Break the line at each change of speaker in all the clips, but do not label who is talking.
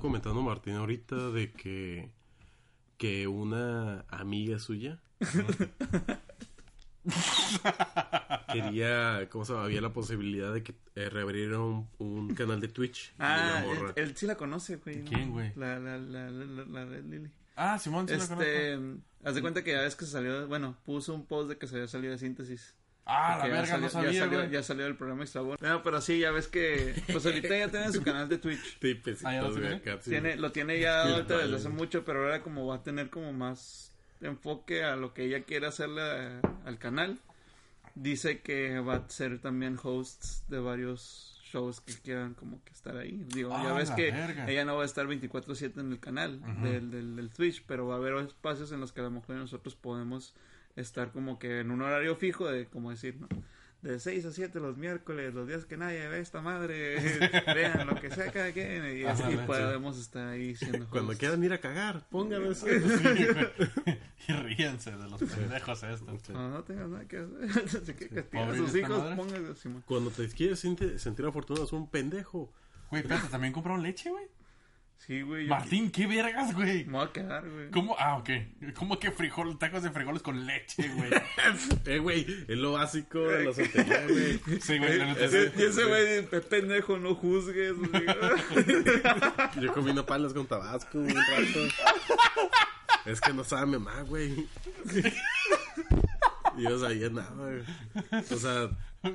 comentando Martín ahorita de que, que una amiga suya quería, ¿cómo se llama? Había la posibilidad de que eh, reabrieran un, un canal de Twitch. Y
Ah,
la
eh,
morra-
él, él sí la conoce, güey. ¿no?
¿Quién, güey?
La, la, la, la, la, la Red Lily.
Ah, Simón, sí la
este,
conozco.
haz de cuenta que ya ves que se salió, bueno, puso un post de que se había salido de síntesis.
Ah, la
Porque ya
verga,
salió-
no sabía,
ya salió,
güey.
ya salió del programa Extrabón. No, pero sí, ya ves que, pues ahorita ya tiene su canal de Twitch.
Tipecitos,
Ah, ¿ya lo
güey,
tiene?
acá, sí.
Tiene, lo tiene ya
Sí,
ahorita desde
vale.
hace mucho, pero ahora como va a tener como más enfoque a lo que ella quiere hacerle a- al canal. Dice que va a ser también host de varios shows que quieran como que estar ahí. Digo, ya
Ah,
ves
la
que
verga.
ella no va a estar 24/7 en el canal del, del, del Twitch, pero va a haber espacios en los que a lo mejor nosotros podemos estar como que en un horario fijo de, como decir, ¿no? De 6 a 7 los miércoles, los días que nadie ve esta madre, vean lo que sea cada quien. Y,
Ajá,
y
Ah, la
podemos estar ahí siendo
Cuando
hosts.
quieran ir a cagar, pónganos.
y ríense de los pendejos estos.
Cuando no tengas nada que hacer. Si quieres castigar a
Pobre
sus
esta
hijos,
madre.
pónganse Simón.
Cuando te quieres sentir, sentir afortunado, es un pendejo.
Güey, espérate, ¿también compraron leche, güey?
Sí, güey. yo-
Martín, qué vergas, güey.
Me voy a quedar, güey.
¿Cómo? Ah, ok. ¿Cómo que frijol, tacos de frijoles con leche, güey?
Eh, güey, es lo básico de la soltería, güey.
Sí, güey, la neta, sí.
Ese- Y ese güey, dice, pendejo, no juzgues. güey".
Yo comí palas con tabasco un rato. Es que no sabe mi mamá, güey. Y yo sabía nada, güey. O sea,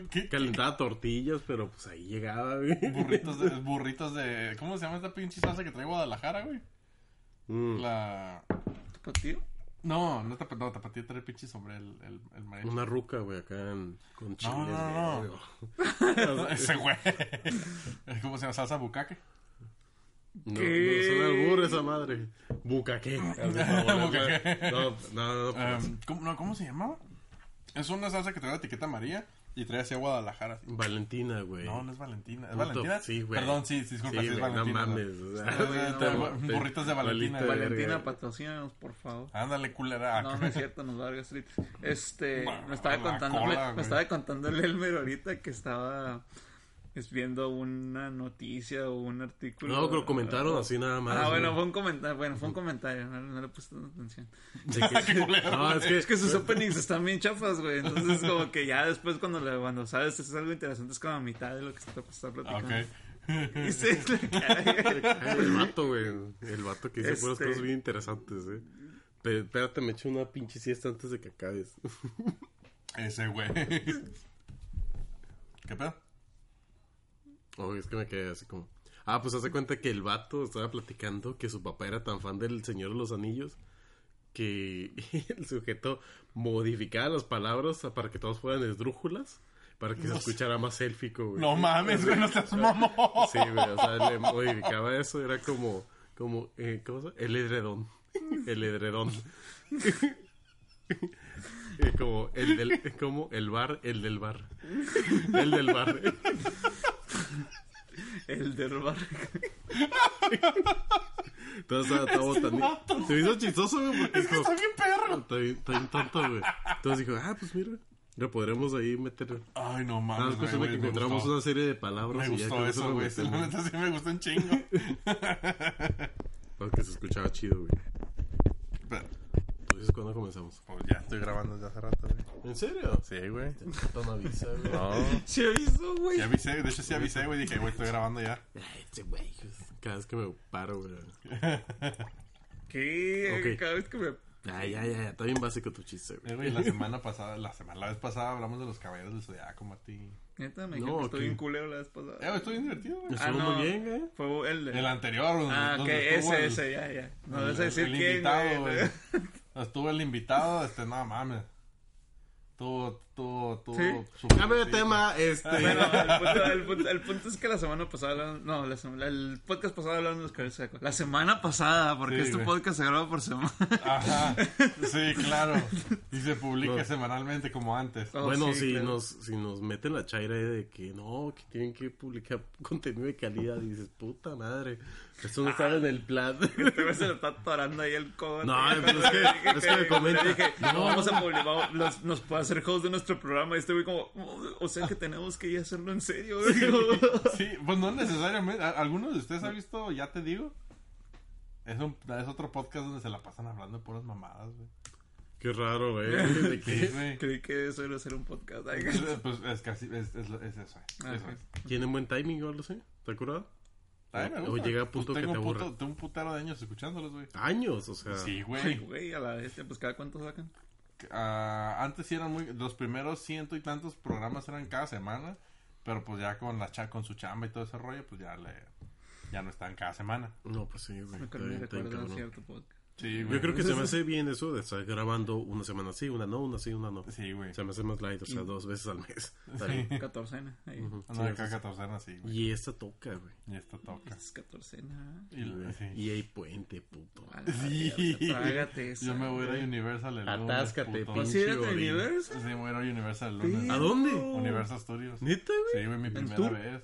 ¿Qué?
calentaba tortillas, pero pues ahí llegaba, güey.
Burritos de, burritos de... ¿Cómo se llama esta pinche salsa que trae Guadalajara, güey?
Mm,
La...
¿Tapatío?
No, no te no, tapatía trae pinche sobre el, el, el mariachi.
Una ruca, güey, acá en- con chiles,
no, no,
güey.
Ese güey. ¿Cómo se llama? Salsa bucaque.
No, no,
¿Qué?
es un albur esa madre. Bucaque. hazme favor,
Bucaque.
No, no, no. pues,
Em, ¿cómo, no, ¿Cómo se llamaba? Es una salsa que trae la etiqueta María y trae hacia Guadalajara. así.
Valentina, güey.
No, no es Valentina. ¿Es
Puto,
Valentina?
sí, güey.
Perdón, sí, sí, disculpa,
Sí,
sí, es
güey, no
Valentina.
mames, o sea,
Eh,
no,
trae
no,
bu- burritos de
te-
Valentina.
bolita
güey.
de-
Valentina,
verga.
patrocínanos, por favor.
Ándale, culera.
No, no es cierto, nos larga Street. Este,
Ah, Bueno,
me estaba
la
contando, me-
cola,
me,
güey.
estaba contando el Elmer ahorita que estaba es viendo una noticia o un artículo.
No, pero comentaron así nada más.
Ah,
güey.
bueno, fue un comentario, bueno, fue un comentario, no, no le puse tanta atención.
De que-
pues, Qué culero,
no, es que,
Es que sus openings están bien chafas, güey, entonces como que ya después cuando, le- cuando sabes es algo interesante es como a mitad de lo que está, está
Ah,
platicando.
ok.
Y se le cae.
Ay, el vato, Ah, güey. El vato que dice puras
Este-
cosas bien interesantes, eh. Pe- espérate, me echo una pinche siesta antes de que acabes.
Ese güey. ¿Qué pedo?
Oh, es que me quedé así como. Ah, pues hace cuenta que el vato estaba platicando que su papá era tan fan del Señor de los Anillos que el sujeto modificaba las palabras para que todos fueran esdrújulas para que se escuchara más élfico, güey.
No mames, güey, no seas mamón.
Sí, güey, o sea, le modificaba eso, era como, como, eh, ¿cómo se llama? El edredón. El edredón. Eh, como, el del, como el bar, el del bar. El del bar.
El del barrio.
Entonces estaba todo
Este
botanito. Se me hizo chistoso, güey, porque dijo,
Está bien perro.
está bien, está bien tonto, güey. Entonces dijo, ah, pues mira, lo podremos ahí meter.
Ay,
Nada
no
más
mames,
cuestión de
güey.
que
Ah, me
encontramos
gustó.
una serie de palabras
Me
y ya con lo
gustó eso, güey. Sí, La
metemos.
neta sí me gustó un chingo.
Porque se escuchaba chido, güey.
Pero,
Entonces, ¿cuándo comenzamos?
Pues ya estoy grabando desde hace rato, güey.
¿En serio?
Sí, güey.
Puta, no avisa, güey.
No.
Se avisó, güey.
Ya avisé, de hecho sí avisé, güey. Dije, güey, estoy grabando ya.
Ay, este güey, Cada vez que me paro, güey.
¿Qué?
Ok.
Cada vez que me
Ay, ya, ya, ya. Está bien básico tu chiste,
Eh,
güey.
güey, la semana pasada, la semana, la vez pasada hablamos de los caballeros del zodiaco, Martín.
Neta,
No,
me dijeron que estoy
ok.
bien culero la vez pasada. Ah,
Eh, güey, estuvo bien divertido, güey.
Estuvo
no.
muy bien, güey.
Fue el de...
El anterior, güey.
Ah, ok,
donde estuvo
ese, ese,
el-
ya, ya. No vas a
el-
decir
el
quién,
invitado,
güey.
güey. Estuvo el invitado, este, no mames. Tuvo, tuvo, tuvo.
Sí. Ah,
su-
Cambio de
sí,
tema, este.
Bueno, el punto, el, punto, el punto es que la semana pasada hablaron- No, la sema- el podcast pasado hablaron de los caballeros del Zodiaco. La semana pasada, porque
Sí,
este
güey.
podcast se graba por semana.
Ajá, sí, claro. Y se publica semanalmente como antes.
Oh,
Bueno,
sí,
si,
claro.
nos, si nos meten la chaira ahí de que no, que tienen que publicar contenido de calidad, y dices, puta madre, eso no estaba en el plan.
Este güey se le está atorando ahí el codo.
No,
Cuando
pero es
le
que-
dije
es que me comenta.
le dije, no,
No.
vamos a publicar, vamos- los- nos puede hacer host de nuestro programa. Y este güey como, "Oh, o sea que tenemos que ya hacerlo en serio. güey".
Sí, pues no necesariamente. ¿Al- ¿Alguno de ustedes ha visto, ya te digo? Es, un, es otro podcast donde se la pasan hablando de puras mamadas, güey.
Qué raro, güey. ¿De
Sí,
qué?
güey.
Creí que eso era hacer un podcast. Ay,
Pues, pues, es casi, es, es, lo- es eso,
Ah,
güey. Eso
ok.
es.
¿Tienen buen timing o algo así? ¿Está curado?
A mí me
O- o
gusta.
llega a punto
Pues
que
tengo
te
un puto-
aburra. Ah.
Tengo un putero de años escuchándolos, güey.
Años, o sea.
Sí,
Ay,
güey.
güey, a la bestia, pues cada cuánto sacan.
Ah, antes sí eran muy... Los primeros ciento y tantos programas eran cada semana. Pero pues ya con la cha, con su chamba y todo ese rollo, pues ya le... Ya no están cada semana.
No, pues sí, güey. Está
Nunca me
bien, está bien
recuerdo un
cabrón.
cierto podcast.
Sí, güey.
Yo creo que se me hace bien eso de estar grabando una semana sí, una no, una sí, una no.
Sí, güey.
Se me hace más light, o sea, dos veces al mes. Está bien.
Catorcena. ahí.
Ujú. Sí,
Una de cada
haces-
catorcena, sí, güey.
Y esta toca, güey.
Y esta toca.
Es catorcena.
Y, sí.
Y hay puente, puto.
A la
Sí.
verga, Trágate eso.
Yo me voy a ir a Universal el lunes.
Atáscate,
puto.
pinche.
¿Vas a ir a
Pinche Odín.
Universo?
Sí, me voy a ir a Universal el lunes.
¿A dónde?
Universal Studios.
¿Neta, güey?
Sí, güey, mi primera
tour?
vez.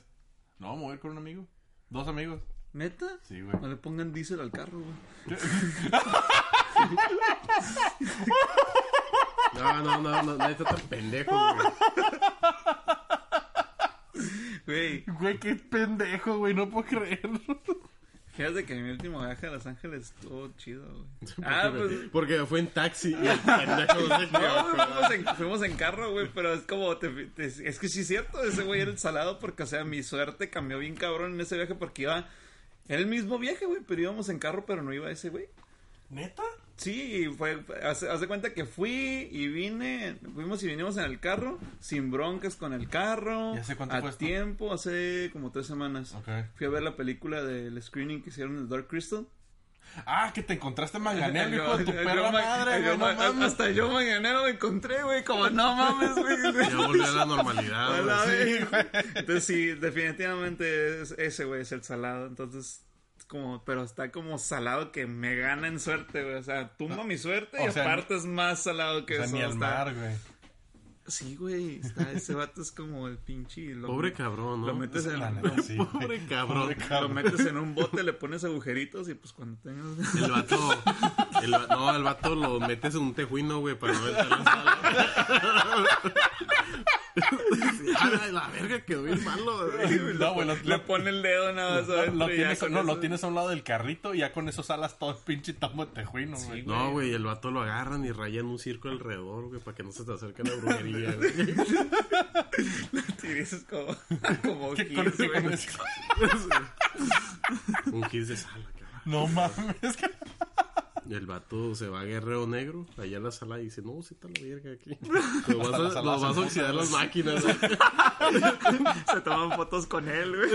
No, me voy a ir con un amigo. Dos amigos.
¿Neta?
Sí, güey.
No le pongan diésel al carro, güey.
No, no, no, no, nadie está tan pendejo, güey.
Güey,
Güey, qué pendejo, güey. No puedo creerlo.
fíjate que mi último viaje a Los Ángeles estuvo chido, güey.
Porque,
Ah,
me-
pues.
porque fue en taxi y el pendejo se
No, güey,
quedó.
fuimos en, fuimos en carro, güey, pero es como, te, te- es que sí es cierto, ese güey era el salado porque, o sea, mi suerte cambió bien cabrón en ese viaje porque iba, era el mismo viaje, güey, pero íbamos en carro, pero no iba ese güey.
¿Neta?
Sí, y fue, hace, hace cuenta que fui y vine, fuimos y vinimos en el carro, sin broncas con el carro,
¿Y hace cuánto
a
fue esto?
tiempo, hace como tres semanas.
Ok.
Fui a ver la película del screening que hicieron de Dark Crystal.
Ah, que te encontraste manganel, hijo de tu
Yo- yo
perra
ma-
madre,
yo ma-
güey. No mames.
Hasta yo mañana me encontré, güey, como no mames, güey.
Ya volvió a la normalidad,
A
güey.
la vez. Entonces sí, definitivamente es- ese güey es el salado. Entonces, es como, pero está como salado que me gana en suerte, güey. O sea, tumba mi suerte y
O sea,
aparte es más salado que
O sea,
eso.
ni al
está-
mar, güey.
Sí, güey. Está, ese vato es como el pinche. Lo,
Pobre cabrón, ¿no?
Lo metes en
La neta, Ah, sí, güey.
Pobre cabrón.
Pobre
Lo metes en un bote, le pones agujeritos y pues cuando tengas.
El vato, el va- no, el vato lo metes en un tejuino, güey, para no entrar en sala. Ay, la verga quedó bien malo, güey.
No, güey, lo,
Le
lo-
pone el dedo nada más.
lo-
adentro
lo
y ya
tienes,
con
no, lo
eso-
tienes a un lado del carrito y ya con eso salas todo el pinche tambo de tejuino, güey.
No, güey, el vato lo agarran y rayan un circo alrededor, güey, para que no se te acerque la brujería, güey.
Sí, eso es como. Como
Que con-
Kiss,
que con
güey.
eso-
Un kiss de sala, cabrón.
No mames. que-
Y el vato se va a Guerrero Negro, allá a la sala, y dice, no, sí está la verga aquí. Lo vas
la
a,
sala
lo vas
se
a
puso,
oxidar
güey.
las máquinas, güey.
Se toman fotos con él, güey.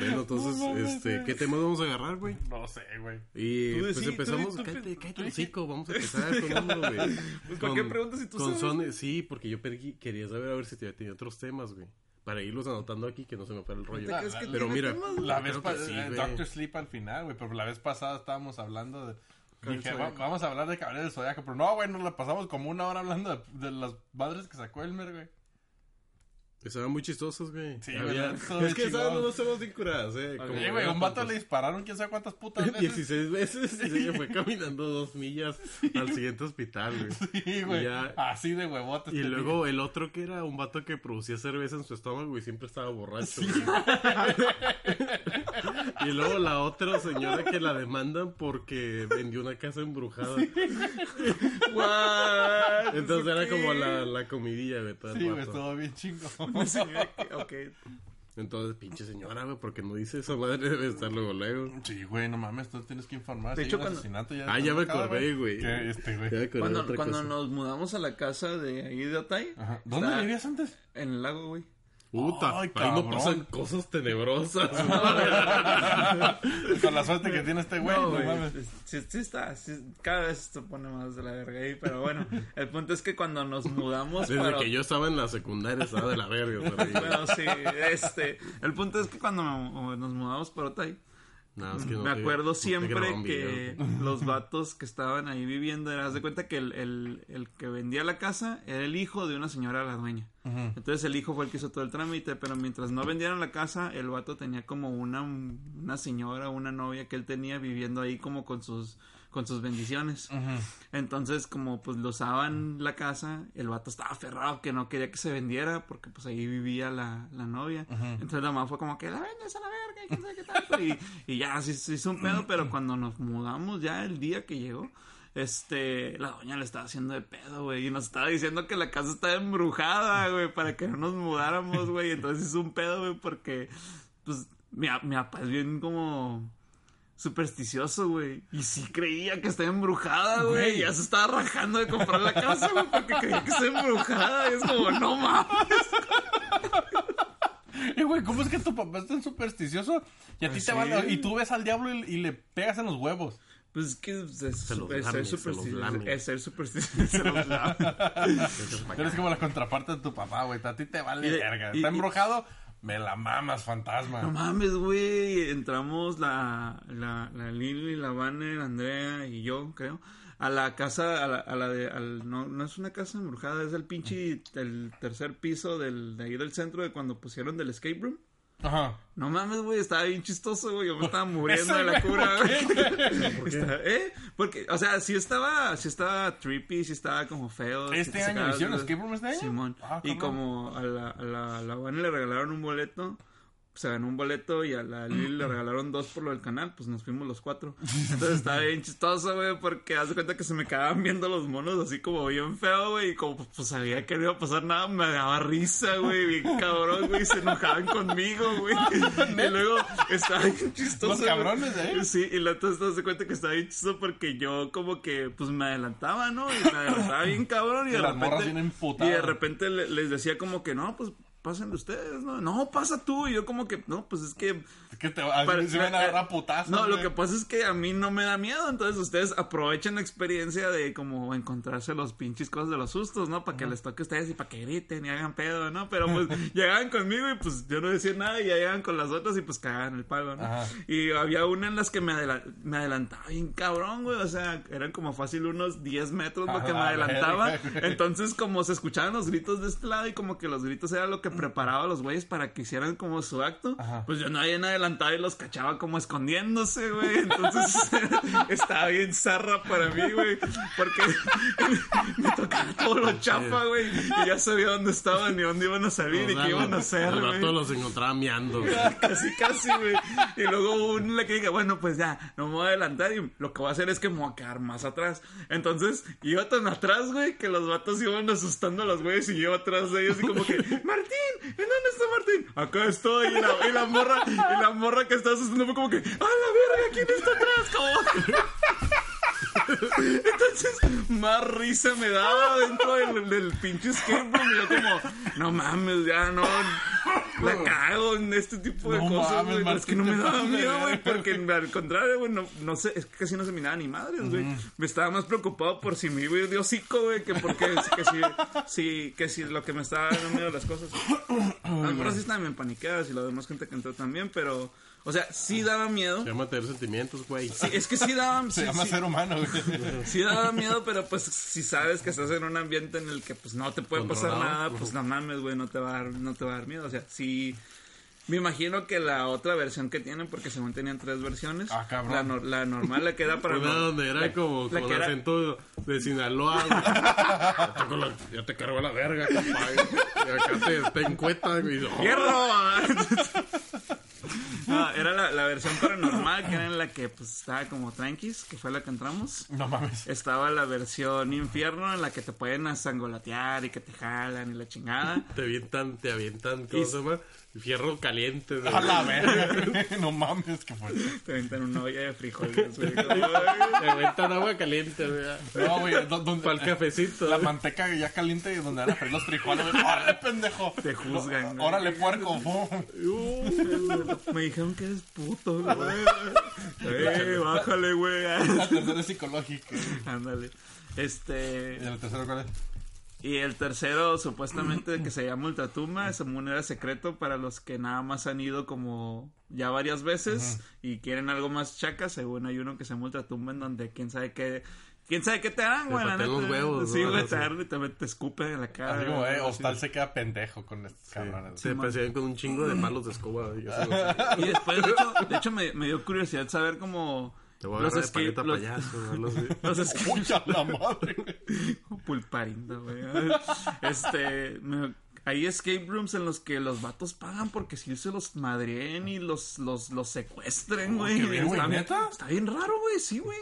Bueno, entonces,
No mames,
este,
güey.
¿qué temas vamos a agarrar, güey?
No sé, güey.
Y
Tú
pues
decí- tú
empezamos.
di- tú
cállate,
pe-
cállate,
tú
el
dije-
hocico, vamos a empezar con uno, güey.
Pues, ¿para
Con-
qué preguntas si tú
con
sabes?
Sony- sí, porque yo pergui- quería saber a ver si te tenía otros temas, güey. Para irlos anotando aquí que no se me fuera el rollo.
¿Te crees que
Pero
tiene
mira,
temas?
La vez
creo que
pasada,
sí, güey.
Doctor Sleep al final, güey, pero la vez pasada estábamos hablando de...
Con el
Dije, va-
Zodiaco.
vamos a hablar de Caballero del Zodiaco, pero no, güey, nos la pasamos como una hora hablando de, de las madres que sacó Elmer, güey.
Estaban muy chistosos, güey.
Sí,
Había-
güey, estaba
Es que
chingón.
estaban unos temas bien curados, eh.
Oye,
como
Sí, güey, un vato
tantos.
le dispararon quién sabe cuántas putas veces.
16 veces y se fue caminando dos millas al siguiente hospital, güey.
Sí, güey,
Ya.
así de huevotes.
Y
te
luego el otro que era un vato que producía cerveza en su estómago y siempre estaba borracho. güey. y luego la otra señora que la demandan porque vendió una casa embrujada.
What?
Entonces era
Ok.
como la, la comidilla, güey, todo
digo.
el
Sí,
rato.
güey, estuvo bien chingón.
Una señora que- ok.
Entonces, pinche señora, güey, porque no dice esa madre debe estar luego luego.
Sí, güey, no mames, tú tienes que informar.
De
si hay
hecho,
un
cuando-
asesinato ya
Ah, ya me
acaba,
acordé, güey.
Que este, güey.
Ya me acordé de
Cuando,
otra
cuando
cosa.
nos mudamos a la casa de ahí de Otay,
Ajá. ¿Dónde
está
vivías antes?
En el lago, güey.
Puta,
Ay,
ahí no
cabrón.
pasan cosas tenebrosas.
Con la suerte que tiene este güey, no, mames.
Sí, sí está, sí- cada vez se pone más de la verga ahí, pero bueno, el punto es que cuando nos mudamos
Desde
para
que yo estaba en la secundaria estaba de la verga. o sea, digo,
Bueno, sí, este, el punto es que cuando nos mudamos para Otay,
nada, es que no
me
te-
acuerdo
no te
siempre
graban
que
videos.
los vatos que estaban ahí viviendo, eras de cuenta que el, el- el que vendía la casa era el hijo de una señora la dueña. Entonces el hijo fue el que hizo todo el trámite, pero mientras no vendieran la casa, el vato tenía como una, una señora, una novia que él tenía viviendo ahí como con sus con sus bendiciones. Entonces, como pues lo usaban la casa, el vato estaba aferrado que no quería que se vendiera porque pues ahí vivía la, la novia. Entonces la mamá fue como que la vendes a la verga quién sabe qué tanto. Y, y ya, sí, sí, hizo un pedo, pero cuando nos mudamos ya el día que llegó, este, la doña le estaba haciendo de pedo, güey, y nos estaba diciendo que la casa estaba embrujada, güey, para que no nos mudáramos, güey. Entonces hizo un pedo, güey, porque, pues, mi, a- mi papá es bien como supersticioso, güey. Y sí creía que estaba embrujada, güey.
Güey.
Ya se estaba rajando de comprar la casa, güey, porque creía que estaba embrujada. Y es como, no mames.
Eh, güey, ¿cómo es que tu papá es tan supersticioso? Y a ti
Pues
te van.
sí.
Y tú ves al diablo y, y le pegas en los huevos.
Pues es que es,
Se los lame,
es ser
se los
supersticioso.
lame.
Es ser supersticioso. se los lame.
Eres como la contraparte de tu papá, güey. A ti te vale
Y-
verga.
y-
Está
y-
embrujado, me la mamas,
No
fantasma.
mames, güey. Entramos la, la, la Lili, la Vane, la Andrea y yo, creo. A la casa, a la, a la de. al- no, no es una casa embrujada, es el pinche. El tercer piso del, de ahí del centro de cuando pusieron del escape room.
Ajá.
No mames, güey, estaba bien chistoso, güey. Yo me estaba
Ese
muriendo de la
güey,
cura,
¿por
güey.
qué?
Estaba- ¿Eh? Porque, o sea, sí estaba, sí estaba trippy, sí estaba como feo. sí
¿Este
te
año
sacabas
hicieron
los-
Escape Room este año?
Simón.
Ah,
y
cabrón.
como a la, a la, a la Vane le regalaron un boleto, se ganó un boleto y a la Lili le regalaron dos por lo del canal, pues nos fuimos los cuatro. Entonces estaba bien chistoso, güey, porque hace cuenta que se me quedaban viendo los monos así como bien feo, güey, y como pues, pues, sabía que no iba a pasar nada, me daba risa, güey, bien cabrón, güey, se enojaban conmigo, güey. Y luego estaba bien chistoso.
Los
güey.
cabrones, ¿eh?
Sí, y la te das cuenta que estaba bien chistoso porque yo como que pues me adelantaba, ¿no? Y me adelantaba bien cabrón y
Y
de
las morras
repente...
bien
Y
emputadas.
de repente le- les decía como que no, pues pasen ustedes, ¿no? No, pasa tú. Y yo como que, no, pues es que...
Es que te a-
para- eh,
se van a agarrar a putazos.
No, lo
güey.
que pasa es que a mí no me da miedo, entonces ustedes aprovechen la experiencia de como encontrarse los pinches cosas de los sustos, ¿no? Para que les toque a ustedes y para que griten y hagan pedo, ¿no? Pero pues llegaban conmigo y pues yo no decía nada y ya llegaban con las otras y pues cagaban el palo, ¿no?
Ajá.
Y había una en las que me, adela- me adelantaba bien cabrón, güey, o sea, eran como fácil unos 10 metros lo que me
Ah, la
adelantaba.
verga, güey.
Entonces, como se escuchaban los gritos de este lado y como que los gritos era lo que preparaba a los güeyes para que hicieran como su acto,
Ajá.
pues yo no había adelantado y los cachaba como escondiéndose, güey. Entonces, estaba bien zarra para mí, güey, porque me tocaba todo lo chapa, güey, y ya sabía dónde estaban ni dónde iban a salir y qué iban a hacer,
Al
güey.
rato los encontraba miando, güey.
Casi, casi, güey. Y luego hubo un le que dije, bueno, pues ya, no me voy a adelantar y lo que voy a hacer es que me voy a quedar más atrás. Entonces, iba tan atrás, güey, que los vatos iban asustando a los güeyes y yo atrás de ellos y como que, Martín, ¿en dónde está Martín? Acá estoy. Y la, y la morra, y la morra que está asustando fue como que, ¡ah, la verga! ¿Quién está atrás? Como... Entonces, más risa me daba dentro del, del pinche escape room. Yo como, no mames, ya no. La cago en este tipo de
No
cosas,
mames,
güey. No, Es que no me
Martín, te
daba
pasas de
miedo, güey.
verga,
Porque al contrario, güey, no, no sé, es que casi no se miraba ni madres, güey. Me estaba más preocupado por si me iba a ir de hocico, güey, que porque que si, si- que si lo que me estaba dando miedo a las cosas. Algunas sí estaban bien paniqueadas y la demás gente que entró también, pero, o sea, sí daba miedo.
Se llama tener sentimientos, güey.
Sí, es que sí daba
Se
sí-
llama
sí-
ser humano, güey.
Sí daba miedo, pero pues si sabes que estás en un ambiente en el que pues no te puede pasar
Controlado.
nada, pues no mames, güey, no te va a dar, no te va a dar miedo. O sea, sí. Me imagino que la otra versión que tienen, porque según tenían tres versiones,
Ah, cabrón.
la, nor- la normal la que era para
Una
no-
donde era
la-
como
la
con
que era-
acento de Sinaloa. güey. Ya te con la- Ya te cargó la verga, compa. güey. Y acá te está en cueta, güey. Oh,
¡Hierro! No, Ah, era la, la versión paranormal, que era en la que pues estaba como tranquis, que fue la que entramos.
No mames.
Estaba la versión infierno en la que te pueden sangolatear y que te jalan y la chingada.
Te avientan, te avientan, ¿cómo se llama? Fierro caliente. güey.
A la verga, güey. No mames, que fue.
Te aventan una olla de frijoles, güey.
Te avientan agua caliente, güey.
No, güey. do- donde-
Para el cafecito.
La
güey.
manteca ya caliente y donde van a freír los frijoles. güey. ¡Órale, pendejo!
Te juzgan, güey.
¡Órale, puerco! fu.
Me dijeron que eres puto, güey. Eh, bájale, güey.
La tercera es psicológica.
Ándale.
¿Y
Este.
la tercera cuál es?
Y el tercero, supuestamente, que se llama Ultratumba, es un era secreto para los que nada más han ido como ya varias veces y quieren algo más chaca. Según hay uno que se llama Ultratumba, en donde quién sabe qué. ¿Quién sabe qué te dan,
Te
güey? la
patean los
neta.
huevos,
Sí,
¿no?
güey,
Algo
te,
así.
dan- te, te escupen en la cara.
Así como, eh,
algo así.
Hostal se queda pendejo con estos cabrones.
Se pasean con un chingo de palos de escoba. güey. Yo se los-
Y después, de hecho, de hecho me, me dio curiosidad saber cómo
Te voy a agarrar de
escape-
paleta
los-
payaso, güey, algo así.
los escape-
¡Mucha la madre! güey!
Pulparindo, güey. Este, me- Hay escape rooms en los que los vatos pagan porque si se los madreen y los, los, los secuestren, güey.
Oh, qué bien, güey,
Está,
¿neta?
está bien raro, güey, sí, güey.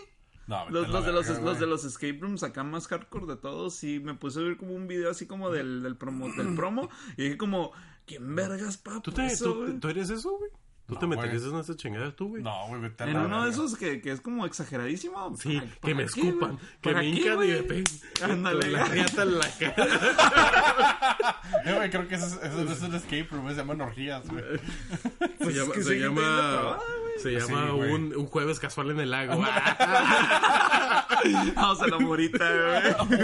No, vete
Los,
a la
los de los,
verga,
los
güey.
de los escape rooms acá más hardcore de todos y me puse a ver como un video así como del, del promo, del promo y dije como, ¿quién vergas pa'
¿Tú, te,
eso,
tú-
güey?"
tú eres eso, güey? ¿Tú
No,
te
güey.
meterías en esa chingada tú, güey?
No, güey, vete a
En
la
uno de
verga.
esos que, que es como exageradísimo.
Sí,
Ay,
que me
¿para qué,
escupan,
güey?
que
¿Para
me
qué,
hincan y
güey?
me peguen.
Ándale.
Con la riata en la cara.
Eh, güey, creo que eso es, eso no es un escape room, güey, se llaman orgías, güey.
Se llama,
que
se
sí,
llama,
gente depravada,
se llama
Sí, güey.
un, un jueves casual en el lago. Ah,
Vamos a la morita, güey.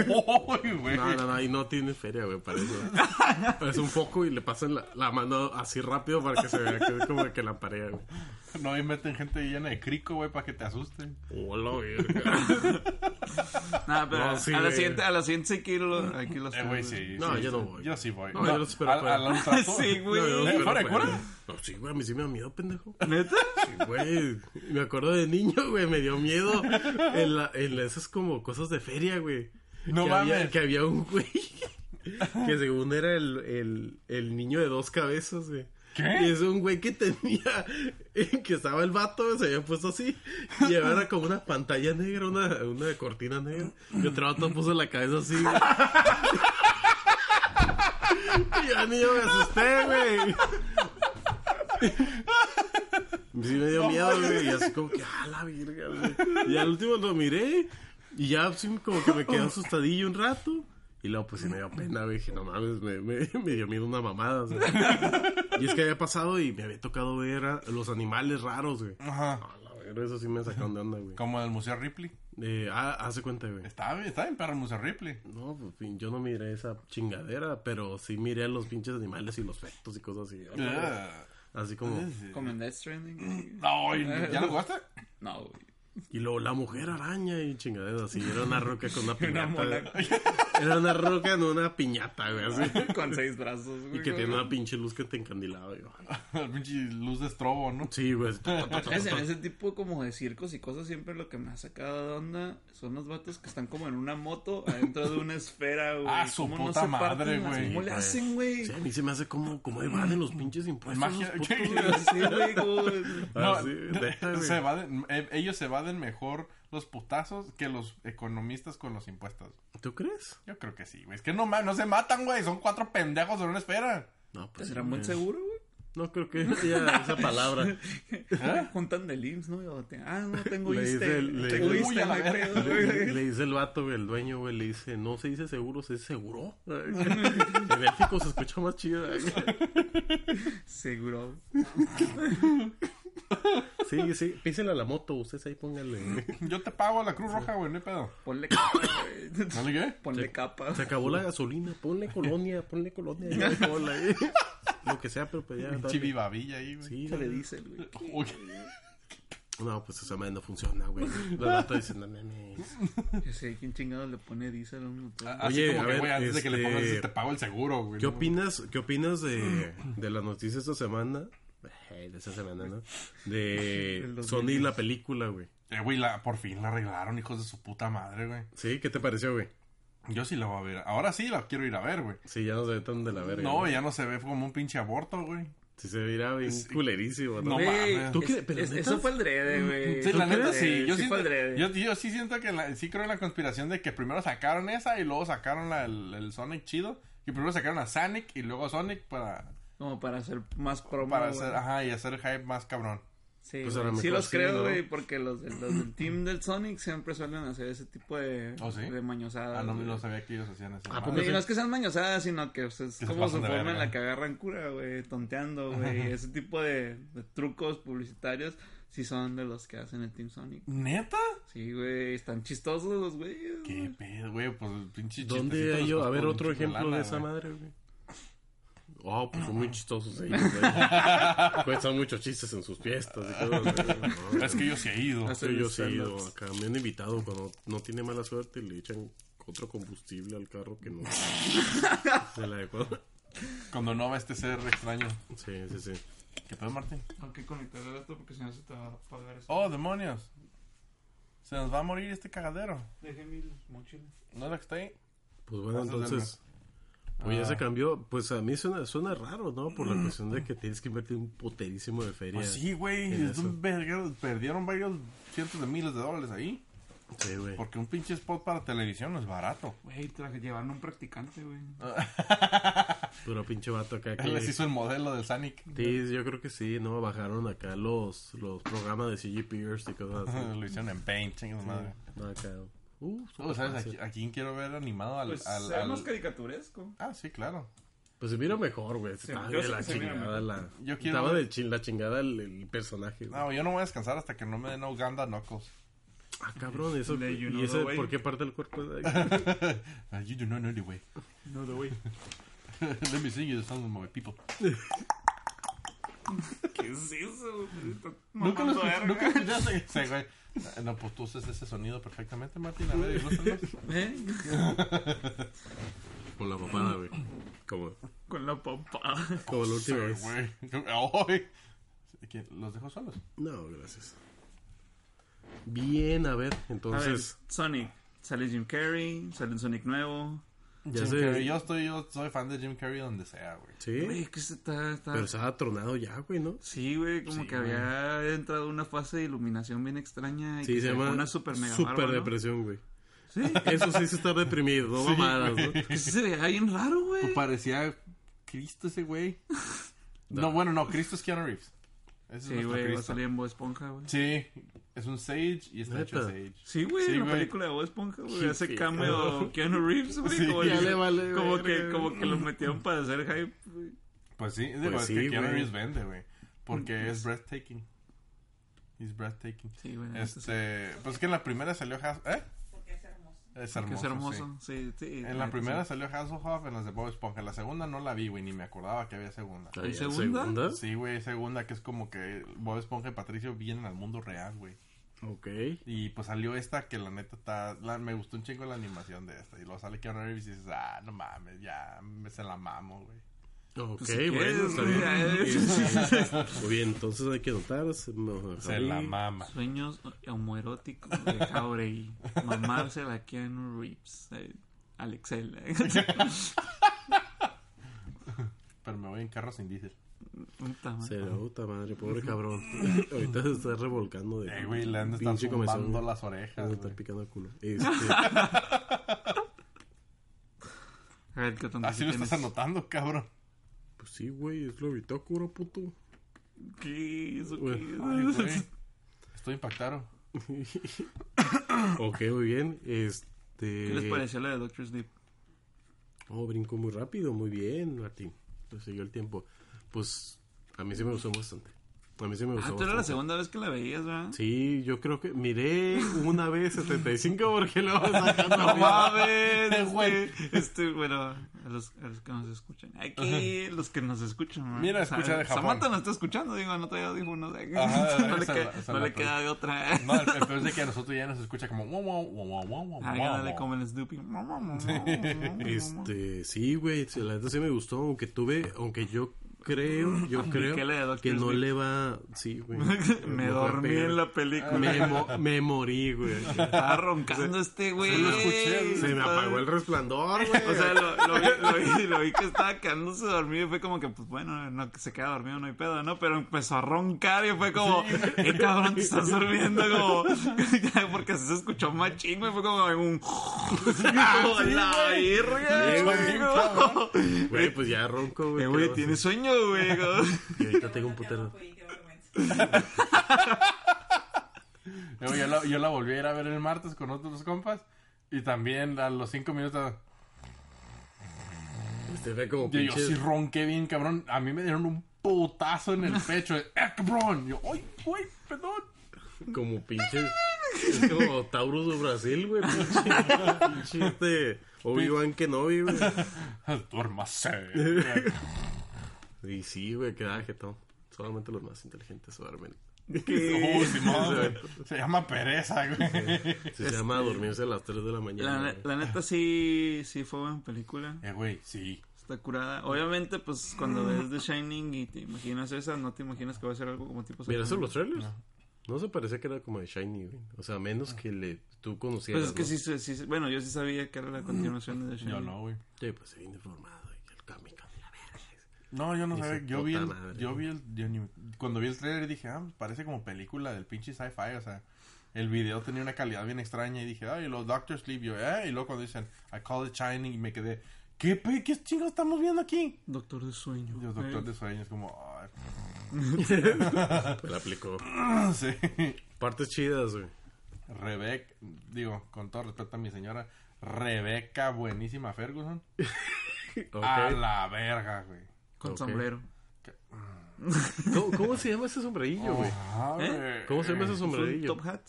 Uy, güey.
No, no, no, ahí no tiene feria, güey, para eso. Parece un foco y le pasan la, la mano así rápido para que se vea que es como que la pared, güey.
No, y meten gente llena de crico, güey, para que te asusten.
Hola, güey.
Nah, pero
No, sí,
a, la
güey.
siguiente, a la siguiente sí quiero lo, aquí los
Eh, güey, sí.
No,
sí,
yo
sí.
no voy.
Yo sí voy.
No, yo los espero
al-
afuera.
al Alonso.
Sí, güey.
No,
Eh,
yo-
¿fuera de
güey.
cura?
No, sí, güey, a mí sí me da miedo, pendejo.
¿Neta?
Sí, güey. Me acuerdo de niño, güey, me dio miedo en, la, en esas como cosas de feria, güey.
No
que Había,
mames.
que había un güey que según era el, el, el niño de dos cabezas, güey.
¿Qué?
Y es un güey que tenía, que estaba el vato, se había puesto así, y llevaba como una pantalla negra, una, una cortina negra, y otro vato puso la cabeza así, güey. Y yo, niño, me asusté, güey. Sí me dio miedo, güey. Y así como que, ah, la virga, güey. Y al último lo miré. Y ya sí, como que me quedé asustadillo un rato. Y luego, pues sí me dio pena, güey. Dije, no mames, me, me- me dio miedo una mamada. o sea. Y es que había pasado y me había tocado ver a los animales raros, güey.
Ajá.
A la verga, eso sí me sacaron de onda, güey.
Como el Museo Ripley.
Eh, ah, hace cuenta, güey.
Está bien, está bien, perro, el Museo Ripley.
No, pues fin, yo no miré esa chingadera, pero sí miré a los pinches animales y los fetos y cosas así.
Ah.
Así como.
Como en Death Stranding.
No, ¿y- ¿ya lo jugaste?
No, güey.
Y luego la mujer araña y chingaderas así. Era una roca con una piñata.
mola.
güey. Era una roca en una piñata, güey. Así.
Con seis brazos, güey.
Y que tiene una pinche luz que te encandilaba, güey.
El pinche luz de estrobo, ¿no?
Sí, güey.
Es en ese tipo como de circos y cosas siempre lo que me ha sacado de onda son los vatos que están como en una moto adentro de una esfera, güey.
Ah, su
¿Cómo
puta
se
madre,
parten las-
güey.
¿Cómo le hacen, güey?
Sí, a mí se me hace como, como evaden los pinches impuestos.
Magia-
esos putos, güey.
Sí, güey, güey.
Ah,
No,
sí, neta, güey.
se evaden- eh, ellos se evaden mejor los putazos que los economistas con los impuestos.
¿Tú crees?
Yo creo que sí, güey. Es que no, ma- no se matan, güey. Son cuatro pendejos en una esfera.
No, pues.
Pues era
sí,
muy
güey.
seguro, güey.
No creo que haya esa palabra.
Juntan del IMSS, ¿no? Yo te- Ah, no, tengo
Le
ISTE.
dice el- le
Tengo
dice- Uy,
ISTE,
a la
no hay
verga.
pedo, güey.
Le dice el vato, güey, el dueño, güey, le dice, no se dice seguro, se dice seguro. En México se escucha más chido.
Seguro.
Sí, sí, písele a la moto, ustedes ahí pónganle.
Yo te pago a la Cruz Roja, güey. No hay pedo.
Ponle capa, güey.
¿No le qué?
Ponle capa.
Se acabó la gasolina, ponle colonia, ponle colonia. y ya, ponla ahí. Lo que sea, pero pues ya. dale.
Pinche vivavilla ahí, güey.
Sí,
Se le
dale.
dice, güey.
Uy,
No, pues esa madre no funciona, güey. La rata dice, no mames.
Yo sé quién chingados le pone diésel a un motor.
Así
Oye,
como
a
que,
ver,
güey, antes de que le
este,
pongas ese, te pago el seguro, güey.
¿Qué
¿no?
opinas, qué opinas de, de las noticias esta semana? Eh, De esta semana, ¿no? De
Del
Sony la película, güey.
Eh, güey, la- por fin la arreglaron, hijos de su puta madre, güey.
¿Sí? ¿Qué te pareció, güey?
Yo sí la voy a ver. Ahora sí la quiero ir a ver, güey.
Sí, ya no se ve tan de la verga.
No, ya no se ve como un pinche aborto, güey.
Sí se verá bien culerísimo, ¿no?
No
Güey,
mames.
¿Tú qué- pero neta?
Eso fue el drede, güey.
Sí,
Eso
la
fue
neta
el
sí.
drede, sí
Yo, siento-
fue el drede.
yo, yo sí siento que la- sí creo en la conspiración de que primero sacaron esa y luego sacaron la- el, el Sonic chido. Que primero sacaron a Sonic y luego a Sonic para,
Como para hacer más promo.
para
güey.
hacer, ajá, y hacer hype más cabrón.
Sí,
Pues
güey.
a lo
Sí
mejor
los
sí,
creo,
¿no?
güey, porque los, del- los del team del Sonic siempre suelen hacer ese tipo de,
¿Oh, sí?
de mañosadas.
Ah, no,
güey.
no sabía que ellos hacían eso.
Ah,
Sí,
pues,
no es que sean mañosadas, sino que pues, es
Que se
como su
pasan de
forma en
verga.
la que agarran cura, güey, tonteando, güey. Ese tipo de, de trucos publicitarios sí son de los que hacen el Team Sonic.
¿Neta?
Sí, güey, están chistosos los güeyes.
¿Qué pedo, güey? Pues el pinche
¿Dónde
chistecito
hay
los
yo? A
costó
ver,
un
otro
chingo de
ejemplo
lana,
de esa
güey.
madre, güey. Oh, pues son muy chistosos ellos, güey. Cuestan muchos chistes en sus fiestas y todo. güey.
Es que yo sí he ido.
Haz-
No, yo sí,
Hacen
yo,
stand-ups.
acá me han invitado cuando no tiene mala suerte y le echan otro combustible al carro que no es el adecuado.
Cuando no va este ser extraño.
Sí, sí, sí.
¿Qué pedo, Martín?
Tengo que conectar el dato porque si no se te va a apagar eso.
Oh, demonios. Se nos va a morir este cagadero.
Dejé mi mochila.
¿No es la que está ahí?
Pues bueno,
Cosas del
entonces Oye,
Ah.
ese cambio, pues a mí suena, suena raro, ¿no? Por la cuestión de que tienes que invertir un poterísimo de feria.
Pues sí, güey.
en
es un verguero. Perdieron varios cientos de miles de dólares ahí.
Sí, güey.
Porque un pinche spot para televisión no es barato.
Güey, traje- llevaron un practicante, güey.
Puro pinche vato acá
Él
que...
les hizo el modelo del Sonic.
Sí, yo creo que sí, ¿no? Bajaron acá los, los programas de CG Pierce y cosas así.
Lo hicieron en Paint, chingas madre.
No, acá. Uh,
Oh, ¿Sabes a, qui- a quién quiero ver animado? Al,
Pues
al-
se ve
al-
más caricaturesco.
Ah, sí, claro.
Pues se mira mejor, güey.
Sí,
Estaba
yo
de
sé
la
que se mira
chingada
mejor.
la...
Yo quiero
Estaba
ver- Ah,
de chin- la chingada el, el personaje. güey.
No, yo no voy a descansar hasta que no me den Uganda Knuckles.
Ah, cabrón, eso...
Le-
¿Y
you know the
ese
way.
por qué parte del cuerpo? es?
Ah, you do not know the way.
No, de güey.
Let me sing you the song of my people.
¿Qué es eso?
Nunca lo escuché. Nunca
escuché.
escuchaste ese, güey. No, pues tú usas ese sonido perfectamente, Martín. A ver, ilústranos.
¿Eh?
Con la papada, güey. Como,
Con la papá.
como la última vez.
Sí, güey. Ay. ¿Quién- ¿Los dejo solos?
No, gracias. Bien, a ver,
A ver,
entonces...
Sonic. Sale Jim Carrey, sale un Sonic nuevo.
Ya
Jim
sé.
Carrey. Yo, estoy, yo soy fan de Jim Carrey donde sea, güey.
Sí,
Güey, que se está, está-
¿Eh? pero estaba tronado ya, güey, ¿no?
Sí, güey, como
Sí,
que
güey.
había entrado una fase de iluminación bien extraña. Y
Sí,
que
se llama...
Una super mega
super
barba, ¿no?
depresión, güey.
Sí,
Eso sí es estar deprimido, no mamadas, ¿no?
que sí se veía bien raro, güey.
Pues parecía Cristo ese güey. No, bueno, no, Cristo es Keanu Reeves. Ese es
Sí,
nuestro
güey, va a
Cristo.
salir en Bob Esponja, güey.
Sí, es un sage y está hecho
Neta.
sage.
Sí, güey,
Sí,
en la
güey.
película de Bob Esponja, güey,
Qué
hace
pedo.
cameo Keanu Reeves, güey.
Sí,
como
ya
que-
le vale
como
verga,
que,
güey.
como que lo metieron para hacer hype, güey.
Pues sí, digo,
Pues
es
sí,
que Keanu
güey.
Reeves vende, güey.
Mm.
Porque es breathtaking. He's breathtaking.
Sí, güey.
Este, pues es que en la primera salió Has ¿eh? Es hermoso.
que es
sí.
hermoso, sí, sí.
En la primera salió Hasselhoff, en las de Bob Esponja. En la segunda no la vi, güey, ni me acordaba que había segunda.
Ah, ya,
segunda?
Sí, güey, segunda que es como que Bob Esponja y Patricio vienen al mundo real, güey.
Ok.
Y pues salió esta que la neta está... la- me gustó un chingo la animación de esta. Y luego sale Keanu Reeves y dices, ah, no mames, ya me se la mamo, güey.
Ok,
Pues, si
bueno,
quieres,
está
güey,
bien.
ya
Sí. Muy bien, entonces hay que anotar. Se, me-
Se la mama.
Sueños homoeróticos de Jauregui. Mamársela a Keanu Reeves. eh, Alexel. eh.
Pero me voy en carro sin diésel.
Puta madre.
Se la puta madre, pobre cabrón. Ahorita se está revolcando de.
Eh, güey, le han de estar
pinche comezón,
zumbando
güey.
las
Le han
orejas,
de
güey.
estar picando el culo. Este,
A ver, ¿qué tanto
Así Ah, lo
tienes?
estás anotando, cabrón.
pues sí, güey, es lo bitácora, puto.
¿Qué? ¿Eso qué?
Güey.
Ay, güey. Estoy impactado.
Ok, muy bien.
¿Qué les
Este.
pareció la de Doctor Sleep?
Oh, brincó muy rápido, muy bien, Martín. Pues siguió el tiempo. Pues a mí sí me gustó bastante. A mí sí me gustó
Ah, tú era la
bastante.
segunda vez que la veías, ¿verdad?
Sí, yo creo que miré una vez 75 porque lo vas sacando.
No mames,
Güey.
güey. Este, bueno, a los, a los que nos escuchan. Aquí, los que nos escuchan, güey.
Mira, escucha
¿Sabe?
de Japón.
Samantha nos está escuchando, digo, no traía audífonos. no
Ajá,
no le,
esa
queda-
la- esa
no
la
le
perdí.
queda de otra.
No, el, el peor es de que a nosotros ya nos escucha como... wow, wow, wow, wow, wow, wow,
Ah, ganarle
wow.
como el Snoopy.
Este, sí, güey, sí, la neta sí me gustó, aunque tuve, aunque yo creo, yo creo
la de Doctor
que no
Sleep.
le va, sí, güey.
Me
No va a
dormí
pegar.
en la película.
me, mo- me morí, güey.
Estaba roncando este güey.
lo escuché,
Se me apagó el resplandor, güey.
O sea, lo, lo vi, lo, vi, lo vi que estaba quedándose dormido y fue como que, pues bueno, no, que se queda dormido, no hay pedo, ¿no? Pero empezó a roncar y fue como, eh, cabrón, te estás durmiendo, como, ya, porque así se escuchó más chingo y fue como un. como la
Sí,
verga,
güey,
chingo.
Güey, pues ya ronco, güey. ¿qué le
Eh, güey,
vas a
tienes sueño, güey.
hacer? Y ahorita tengo un putero.
Luego Eh, Yo, la, yo la volví a ir a ver el martes con otros compas. Y también a los cinco minutos...
Este ve como
Yo, yo
pinche.
sí ronqué bien, cabrón. A mí me dieron un putazo
Ah.
en el pecho. ¡Eh, cabrón! Yo, ¡ay, güey, perdón!
Como pinche. Es como Taurus de Brasil, güey. Pinche, pinche este. Obi-Wan Kenobi, güey.
Ah, Duérmase.
Y sí, güey, qué todo. Solamente los más inteligentes duermen.
Oh, Simón, güey. Se llama pereza, güey.
Se llama dormirse a las 3 de la mañana.
La, ne-
güey.
la neta sí, sí fue buena película.
Eh, güey, sí.
Está curada. Obviamente, pues
Mm.
cuando ves The Shining y te imaginas esa, no te imaginas que va a ser algo como tipo.
¿Miraste
Shining.
los trailers? No se parecía que era como de Shiny, güey. O sea, a menos que le, tú conocieras.
Pues es que
¿no?
sí, sí, sí- bueno, yo sí sabía que era la continuación de The Shining.
Yo no, güey.
Sí, pues se viene informado. cómico de la verga.
No, yo no
Y
sabía.
su
Yo vi,
puta
el,
madre.
yo vi el. yo ni- Cuando vi el trailer dije, ah, parece como película del pinche sci-fi. O sea, el video tenía una calidad bien extraña. Y dije, ay, los Doctor Sleep. Yo, eh. Y luego cuando dicen, I call it shining. Y me quedé, ¿qué, pe- qué chingo estamos viendo aquí?
Doctor de sueño.
Yo, Doctor
Eh,
de Sueños, como, ay,
Me Pues la aplicó.
sí.
Partes chidas, güey.
Rebeca, digo, con todo respeto a mi señora, Rebeca, buenísima Ferguson.
Ok.
Ah,
A la verga, güey.
Con
Ok.
sombrero.
¿Cómo, cómo se llama ese sombrerillo,
Oh.
güey?
Ajá,
¿Eh?
güey.
¿Cómo se llama ese
Es un
sombrerillo?
top hat.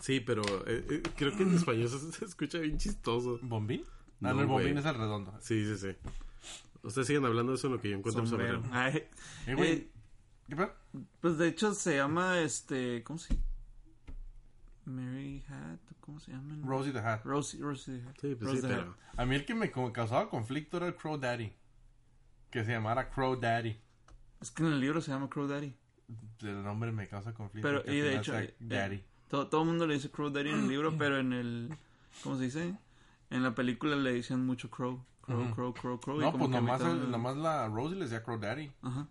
Sí, pero eh, eh, creo que en español se, se escucha bien chistoso.
¿Bombín? No,
No,
no, el bombín
güey.
es el redondo.
Sí, sí, sí. Ustedes siguen hablando de eso en lo que yo encuentro el
Sombrero.
sombrero.
Ay,
Eh, güey,
eh,
¿Qué pedo?
pues de hecho se llama este. ¿Cómo se Mary Hat. ¿Cómo se llama?
Rosie the Hat.
Rosie, Rosie the Hat.
Sí, pues
Rosie
sí,
the
pero...
Hat.
A mí el que me como causaba conflicto era el Crow Daddy. Que se llamara Crow Daddy.
Es que en el libro se llama Crow Daddy.
El nombre me causa conflicto.
Pero,
que al
y de
final
hecho,
sea
eh,
Daddy.
Todo, todo el mundo le dice Crow Daddy en el libro, pero en el. ¿Cómo se dice? En la película le dicen mucho Crow. Crow,
Ujú.
Crow, Crow, Crow. y
no,
como
pues
que
nomás,
imitan-
el- nomás la Rosie le decía Crow Daddy.
Ajá.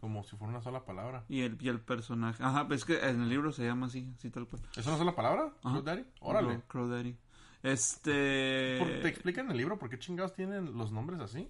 Como si fuera una sola palabra.
Y el, y el personaje. Ajá, pues es que en el libro se llama así, así tal cual.
¿Es una sola palabra?
Ajá.
Crow Daddy. Órale.
Crow, Crow Daddy.
¿Por- ¿Te
Este.
explican en el libro por qué chingados tienen los nombres así?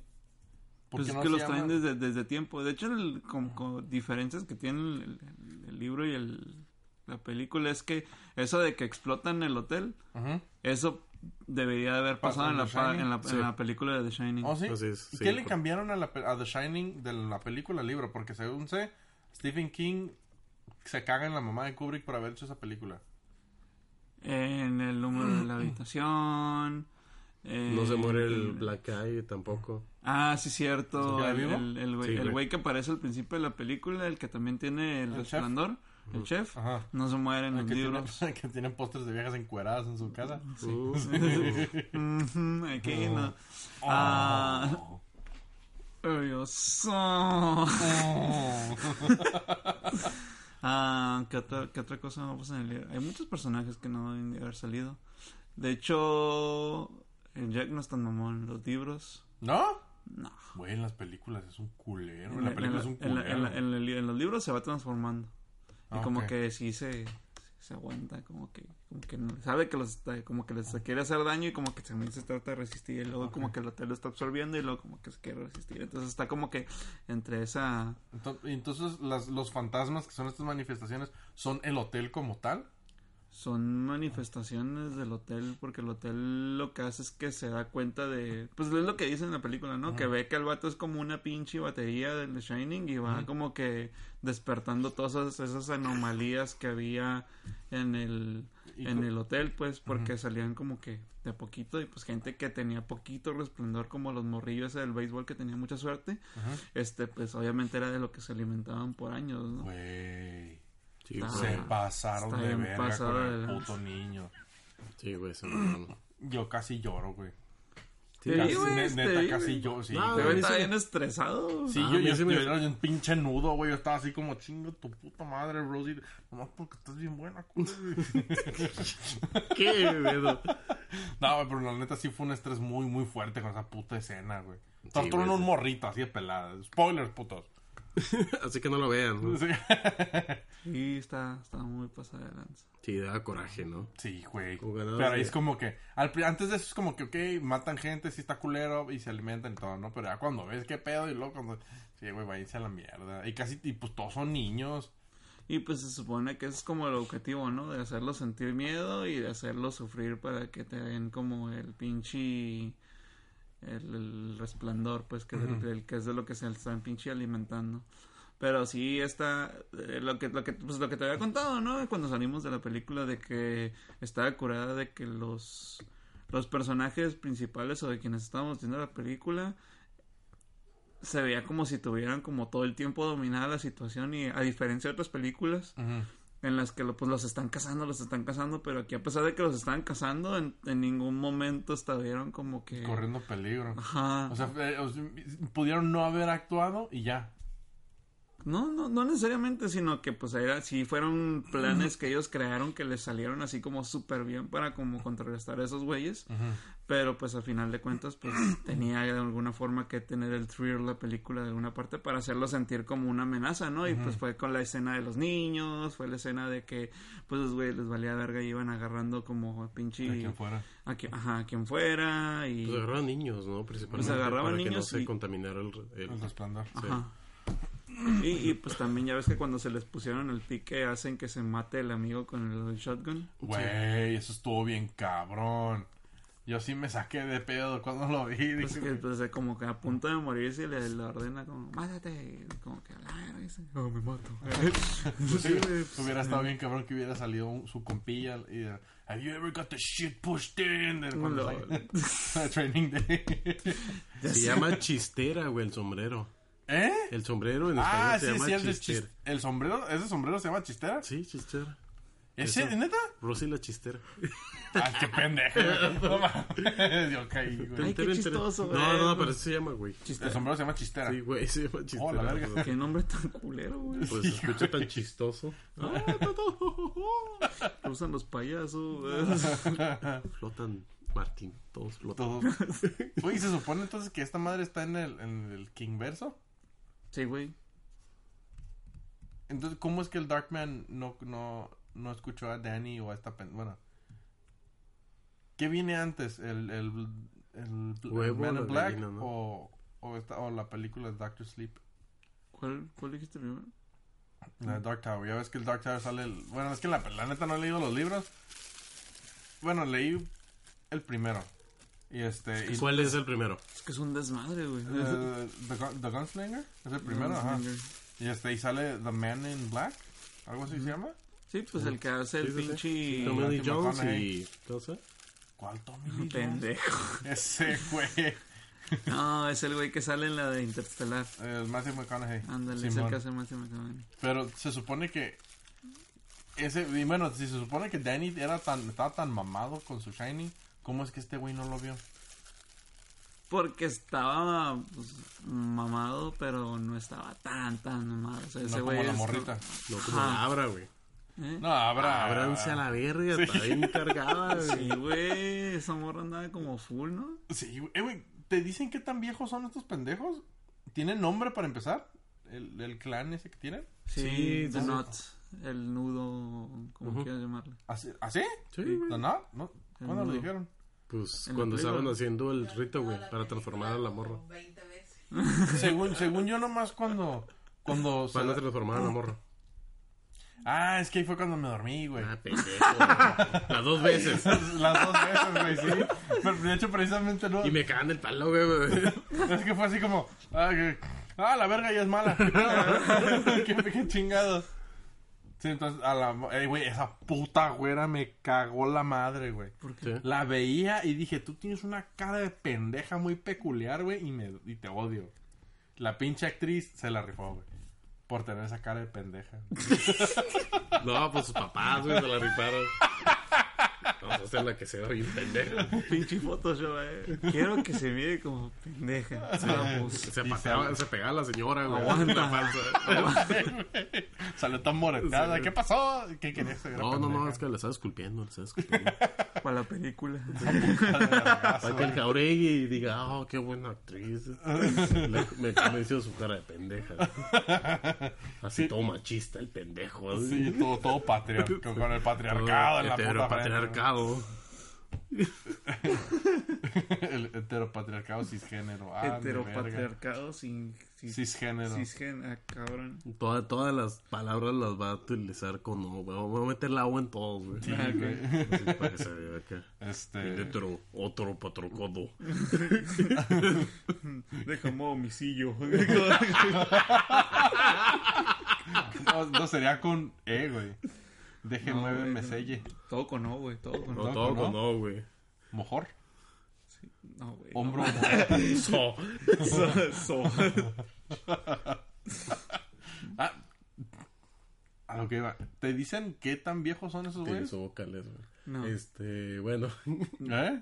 ¿Por
Pues
qué
es
no
que
se
los
llaman-
traen desde, desde tiempo. De hecho, el- con, con diferencias que tienen el, el- el libro y el, la película es que eso de que explotan el hotel,
Ujú.
eso debería de haber
Pasa
pasado
en
en la,
The
pa-
Shining.
en, la, en
Sí.
la película de The Shining.
¿Oh, sí?
Así es,
¿Y
sí,
qué le
por-
cambiaron a, la pe- a The Shining de la película al libro? Porque según sé, Stephen King se caga en la mamá de Kubrick por haber hecho esa película.
En el número de la habitación. eh,
No se muere el Black Eye tampoco.
Ah, sí, cierto.
¿Ya
El,
vivo?
el- el güey
Sí,
el
güey.
güey que aparece al principio de la película, el que también tiene el,
¿El chef?
resplandor, el chef,
Ajá.
no se muere en
El
los
que, tiene,
libros.
el que tiene pósters de viejas encueradas en su casa.
Uh,
Ujú, Aquí no.
Oh.
Ah. Ay, Dios.
Oh.
Ah, ¿qué otra, qué otra cosa pasa en el libro? Hay muchos personajes que no deben de haber salido. De hecho, el Jack no es tan mamón. Los libros.
¿No?
No.
Güey, en las películas es un culero. En
En
la
la-
película es un
en la-
culero.
en la- en el- en los libros se va transformando. Y
Ah,
como
ok.
que sí se, se aguanta, como que, como que no- sabe que los está- como que les quiere hacer daño y como que también se trata de resistir y luego como que el hotel lo está absorbiendo y luego como que se quiere resistir. Entonces está como que entre esa
Ento- Entonces, las- los fantasmas que son estas manifestaciones son el hotel como tal.
son manifestaciones del hotel porque el hotel lo que hace es que se da cuenta de pues es lo que dice en la película no que ve que el vato es como una pinche batería del Shining y va como que despertando todas esas, esas anomalías que había en el
Y
en
co-
el hotel pues porque salían como que de a poquito y pues gente que tenía poquito resplandor como los morrillos del béisbol que tenía mucha suerte
Ajá.
este pues obviamente era de lo que se alimentaban por años ¿no?
Güey.
sí,
Ah,
Se
güey.
pasaron
está
de
bien
verga
pasado
con
de
el
lanza.
puto niño.
Sí, güey, se mamaron.
Yo casi lloro, güey.
Sí,
Te
Casi,
digo, güey,
ne-
este,
neta,
güey.
casi yo, sí.
No,
güey.
Pero
güey.
está
eso-
bien estresado.
Sí,
Ah,
yo,
a mí
yo,
sí me-
yo era un pinche nudo, güey. Yo estaba así como, chingo tu puta madre, Rosie. Nomás porque estás bien buena, culo, güey.
¿Qué, pedo?
No, güey, pero la neta sí fue un estrés muy, muy fuerte con esa puta escena, güey. Estás
Sí,
tomando
güey, sí.
un morrito así de pelada. Spoilers, putos.
Así que no lo vean, ¿no?
Sí.
Sí, está, está muy pasada de lanza.
Sí, daba coraje, ¿no?
Sí, güey.
Como ganado,
Pero ahí
sí.
es como que... al pri- antes de eso es como que, ok, matan gente, sí está culero y se alimentan y todo, ¿no? Pero ya cuando ves qué pedo y luego cuando... Sí, güey, váyanse a la mierda. Y casi... Y pues todos son niños.
Y pues se supone que ese es como el objetivo, ¿no? De hacerlos sentir miedo y de hacerlos sufrir para que te den como el pinche... El, el resplandor, pues, que, es de lo que- que es de lo que se están pinche alimentando. Pero sí está... eh, lo, que, lo, que, pues, lo que te había contado, ¿no? Cuando salimos de la película de que estaba curada de que los... Los personajes principales o de quienes estábamos viendo la película se veía como si tuvieran como todo el tiempo dominada la situación y a diferencia de otras películas en las que lo- pues, los están cazando, los están cazando, pero aquí a pesar de que los están cazando, en, en ningún momento estuvieron como que...
Corriendo peligro.
Ajá.
O sea, eh, o sea, pudieron no haber actuado y ya.
No, no, no necesariamente, sino que pues era, si fueron planes que ellos crearon que les salieron así como súper bien para como contrarrestar a esos güeyes, pero pues al final de cuentas pues tenía de alguna forma que tener el thriller la película de alguna parte para hacerlo sentir como una amenaza, ¿no? Y pues fue con la escena de los niños, fue la escena de que pues los güeyes les valía verga y iban agarrando como pinche
De quien fuera.
a quien, ajá, a quien fuera y
Pues agarraban niños, ¿no? Principalmente.
Pues agarraban
para que no
niños
se
y-
contaminara el. el-
El resplandor.
sí.
Ajá. Y, y, pues también ya ves que cuando se les pusieron el pique hacen que se mate el amigo con el shotgun.
Güey, eso estuvo bien cabrón. Yo sí me saqué de pedo cuando lo vi. Dije,
Pues, que, pues, de como que a punto de morirse y le, le ordena como, mátate. Y como que, "Ah", dice, no, me mato.
Pues Sí, hubiera estado bien cabrón que hubiera salido un- su compilla y uh, Have you ever got the shit pushed in? De cuando
Lol.
sale- Training Day.
Se llama chistera, güey, el sombrero.
¿Eh?
El sombrero en
Ah,
español
sí,
se
sí,
llama
el, de
chistera.
chis- el sombrero, ese sombrero se llama chistera.
Sí, chistera.
¿Ese,
Eso.
neta?
Rosy la chistera.
Ah, qué pendejo. No mames, yo caí, güey.
Ay, qué
Entera, entera.
chistoso, güey.
No, no, pero así se llama, güey.
El sombrero se llama chistera.
Sí, güey, se llama chistera.
Oh, la verga.
pues,
Qué nombre tan culero, güey.
Pues se escucha tan chistoso. Ah,
Que usan los payasos. güey.
flotan, Martín, todos flotan.
Todo. Güey, se supone entonces que esta madre está en el, en el King Verso.
Sí, güey.
Entonces, ¿cómo es que el Darkman no, no, no escuchó a Danny o a esta pen... Bueno. ¿Qué viene antes? ¿El, el, el, el
Huevo,
Man
la
in Black
gallina, ¿no?
o, o, esta, o la película Doctor Sleep?
¿Cuál, ¿Cuál dijiste primero?
La
Mm.
de Dark Tower. Ya ves que el Dark Tower sale... el- Bueno, es que la, la neta no he leído los libros. Bueno, leí el primero. Y este... y-
¿Cuál es el primero?
Es que es un desmadre, güey.
eh, the, Gun- The Gunslinger es el primero, ajá. Y este, y sale The Man in Black, algo así se llama.
Sí, pues el que hace el
Sí, sí, sí.
pinche
Tommy Lee
Matthew
Jones
McConaughey.
y... ¿Cómo se llama?
¿Cuál Tommy Lee Jones?
pendejo.
Ese güey.
No, es el güey que sale en la de Interstellar.
Eh, El Matthew McConaughey.
Ándale, es el
Simón.
que hace Matthew McConaughey.
Pero se supone que. Ese, y bueno, si se supone que Danny era tan, estaba tan mamado con su Shiny, ¿cómo es que este güey no lo vio?
Porque estaba pues, mamado, pero no estaba tan, tan mamado. O sea, ese
no
güey
como la
es-
morrita.
No, como
Ajá.
la abra, güey.
¿Eh?
No, habrá.
Abranse a la verga, está bien cargada,
Sí,
güey.
güey, esa morra andaba como full, ¿no?
Sí, güey. Eh, güey, ¿Te dicen qué tan viejos son estos pendejos? ¿Tienen nombre para empezar? ¿El, el clan ese que tienen?
Sí,
Sí, The
sí.
Knot, el nudo, como quieras llamarlo.
¿Así? ¿Así?
Sí,
¿The
güey.
Knot? ¿No?
El
¿Cuándo lo
nudo.
dijeron?
Pues
En la
cuando estaban
película.
haciendo el rito, güey, para transformar a la morra.
Como 20 veces.
Según, según yo nomás cuando... Cuando se-
Van a transformar a la morra.
Ah, es que ahí fue cuando me dormí, güey.
Ah, pendejo. güey. Las dos veces.
Pues, Las dos veces, güey, sí. Pero de hecho, precisamente no.
Y me cagan el palo, güey, güey.
Es que fue así como... Ah, que- ah, la verga ya es mala. qué, qué chingados. Sí, entonces, a la... Ey, güey, esa puta güera me cagó la madre, güey.
Sí.
La veía y dije, tú tienes una cara de pendeja muy peculiar, güey, y, me, y te odio. La pinche actriz se la rifó, güey. Por tener esa cara de pendeja.
No, pues sus papás, güey, se la rifaron. Vamos a hacer la que se va bien pendeja.
Pinche Photoshop, eh. Quiero que se mire como pendeja. Vamos.
Se, pateaba,
se-
se pegaba a la señora, güey.
Aguanta.
La falsa.
Salió tan moreteada.
Sí.
¿Qué pasó? ¿Qué querías ser?
No, no, no, es que la estaba esculpiendo, la estaba esculpiendo.
Para la película.
Para que el Jauregui diga, oh, qué buena actriz. Le- me convenció su cara de pendeja. Así todo machista el pendejo. ¿eh? así.
Sí, todo, todo patriar- con, con el patriarcado en la puta frente,
Heteropatriarcado.
güey. El heteropatriarcado cisgénero. Ah, mi verga.
Heteropatriarcado sin. sin
Cisgénero.
cisgen- ah, cabrón.
Toda- todas las palabras las va a utilizar con O, güey. Voy a meter la O en todos, güey.
Sí, güey.
Así para que se vea acá. El
Este...
hetero, otro patrocodo.
Déjame homicilio.
No, no, sería con E, güey. Deje
No,
nueve
güey,
me
no.
selle.
todo con O, güey. Todo con
No,
O.
todo
¿no?
con O, güey.
Mojor.
No, güey.
Hombro.
So.
So- so.
Ah, a lo que iba. ¿Te dicen qué tan viejos son esos
Tiene
güeyes?
su vocales, güey.
No.
Este, bueno.
¿Eh?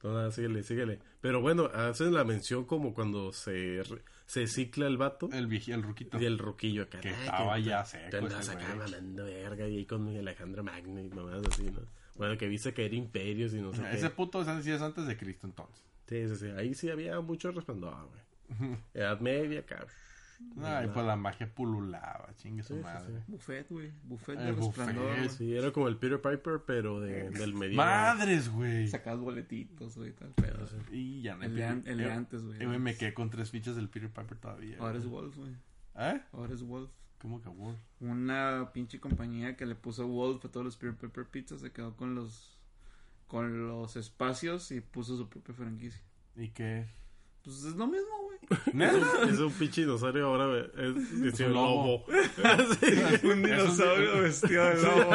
Todavía, síguele, síguele. Pero bueno, hacen la mención como cuando se, re- se cicla el vato
El, vieji- el ruquito.
y el roquillo acá.
Eh, Que
"Ay,
estaba
te-
ya
Te
seco
andas
ese
acá
güey".
mamando verga y ahí con Alejandro Magno y mamadas así, ¿no? Bueno, que viste caer imperios y no sé qué.
Ese puto es sí es antes de Cristo, entonces.
Sí, sí, sí. Ahí sí había mucho resplandor, güey. Edad media, cabrón.
Ay, pues la magia pululaba, chingue su
Sí, sí,
madre.
Buffet, güey. Buffet
Eh,
de
buffet,
resplandor. güey.
Sí, era como el Peter Piper, pero de- del medieval. Ah,
Madres, güey.
Sacabas boletitos, güey, y tal. Pero,
Y ya no hay
el, de
Peter-
an- el de
eh,
antes, güey.
eh, güey, me quedé con tres fichas del Peter Piper todavía.
Ahora es
güey.
Wolf, güey.
¿Eh?
Ahora es Wolf.
¿Cómo que Wolf?
Una pinche compañía que le puso Wolf a todos los Peter Pepper Pizza se quedó con los con los espacios y puso su propia franquicia.
¿Y qué?
Pues es lo mismo, güey.
¿Neta?
Es un pinche dinosaurio ahora, güey. Es, es un lobo.
lobo.
Sí.
Un
dinosaurio
vestido de lobo,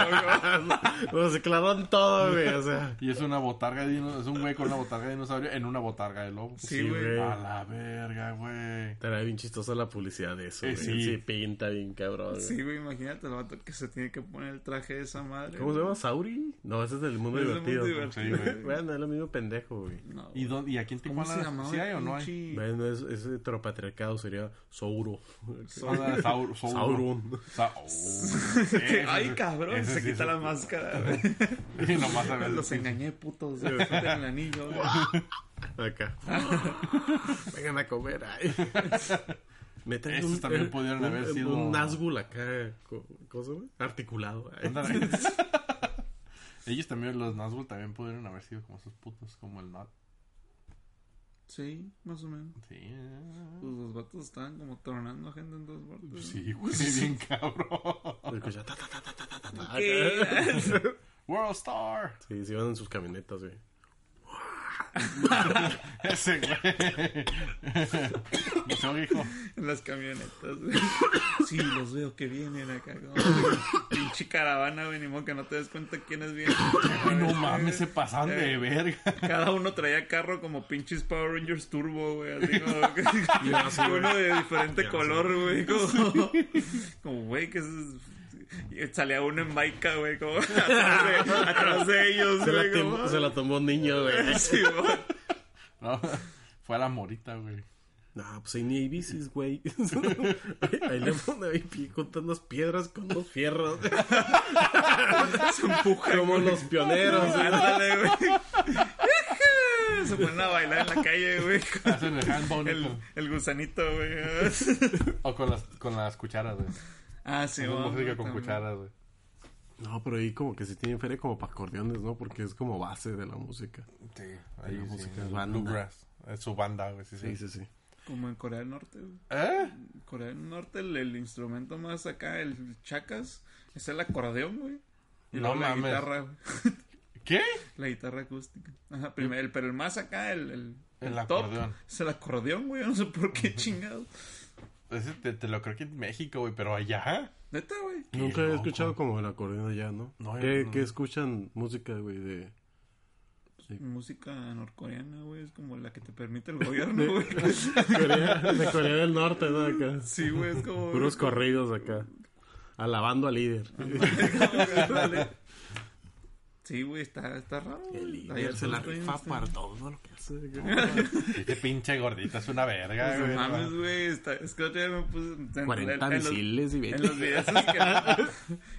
Nos clavaron todo, güey. O sea.
Y es una botarga de dinosaurio. Es un güey con una botarga de dinosaurio en una botarga de lobo.
Sí, güey.
A la verga, güey.
Estará bien chistosa la publicidad de eso,
Eh,
güey.
sí.
Sí. pinta bien cabrón. güey.
Sí, güey, imagínate el vato que se tiene que poner el traje de esa madre.
¿Cómo se llama? ¿Sauri? No, ese es del mundo
Es del
divertido.
mundo
¿no?
Sí,
divertido,
güey.
güey.
Bueno, es lo mismo pendejo, güey.
No, güey.
¿Y, dónde, ¿Y aquí en
¿Cómo se
Tijuana
llamaba?
sí hay o no
pinche-
hay?
Bueno, es, ese heteropatriarcado sería Sauro.
Ah, Saur- Sauron.
Sauron.
Sa- oh, sí, ese-
Ay, cabrón,
ese
se
sí
quita
es-
la máscara. güey.
Y nomás a ver-
Los engañé, putos. güey. Suelten el anillo, güey.
Acá. Vengan a comer. Ay. Me traen
Esos también
eh,
pudieron haber
un-
sido-
Un Nazgul acá. co- ¿Cómo se llama? Articulado. Ay.
Ándale. Ellos también, los Nazgûl también pudieron haber sido como esos putos, como el Not.
Sí, más o menos.
Sí, eh.
Pues los vatos estaban como tronando a gente en dos bordes.
Pues sí, güey, bien cabrón.
Escucha, ta, ta, ta, ta, ta, ta, ta, ta.
¿Qué?
World Star.
Sí, se iban en sus camionetas, güey.
Ese güey. Me tengo que hijo.
En las camionetas, güey. Sí, los veo que vienen acá. ¿no? Pinche caravana, venimos que no te des cuenta quiénes vienen.
Ay, no mames, se pasan de verga.
Cada uno traía carro como pinches Power Rangers Turbo, güey. Así como que- uno de diferente
Ya sé.
color, güey. Como, como, güey, que es... y Salía uno en Maica, güey, como atrás de, atrás de ellos,
Se
güey.
la,
como-
tomó, se la tomó un niño, güey.
Sí, güey.
No, fue a la morita, güey.
No, pues ahí ni hay bicis, güey. Ahí- ahí le pone ahí pi- juntando unas piedras con unos fierros.
Se empuja.
Como los pioneros. güey.
Ándale, güey. Se ponen a bailar en la calle, güey. con
Hacen el handball
El, el gusanito, güey.
O con las, con las cucharas, güey.
Ah, sí,
Hacen
güey.
música con
también.
cucharas, güey.
No, pero ahí como que sí tienen feria como para acordeones, ¿no? Porque es como base de la música.
Sí, ahí
la
sí,
música
el
es banda.
Bluegrass. Es su banda, güey. Sí, sí.
Sí, sí, sí.
Como en Corea del Norte, güey.
¿Eh?
Corea del Norte, el, el instrumento más acá, el chacas, es el acordeón, güey. Y
No
luego la
mames.
guitarra, güey.
¿Qué?
La guitarra acústica. Ajá, primero, el- pero el más acá, el, el,
El
top,
acordeón.
es el acordeón, güey. Yo no sé por qué chingado.
Ese Pues te, te lo creo que en México, güey, pero allá.
Neta, güey.
Qué
Nunca he
loco.
escuchado como el acordeón allá, ¿no?
No,
¿Qué,
yo no.
qué escuchan música, güey? De...
Música norcoreana, güey, es como la que te permite el gobierno, güey.
Corea, de Corea del Norte, ¿no? Acá.
Sí, güey, es como...
Puros corridos acá. Alabando al líder.
Ándale. Sí, güey, está, está raro. güey.
El
Ahí
líder
el
se la
punto ahí
rifa
está.
para todo lo que hace. güey.
Este pinche gordita es una verga,
Pues no
güey.
mames, güey. está- Es que otro día me puse... en- en-
40
en los-
misiles y
En
20.
los videos que,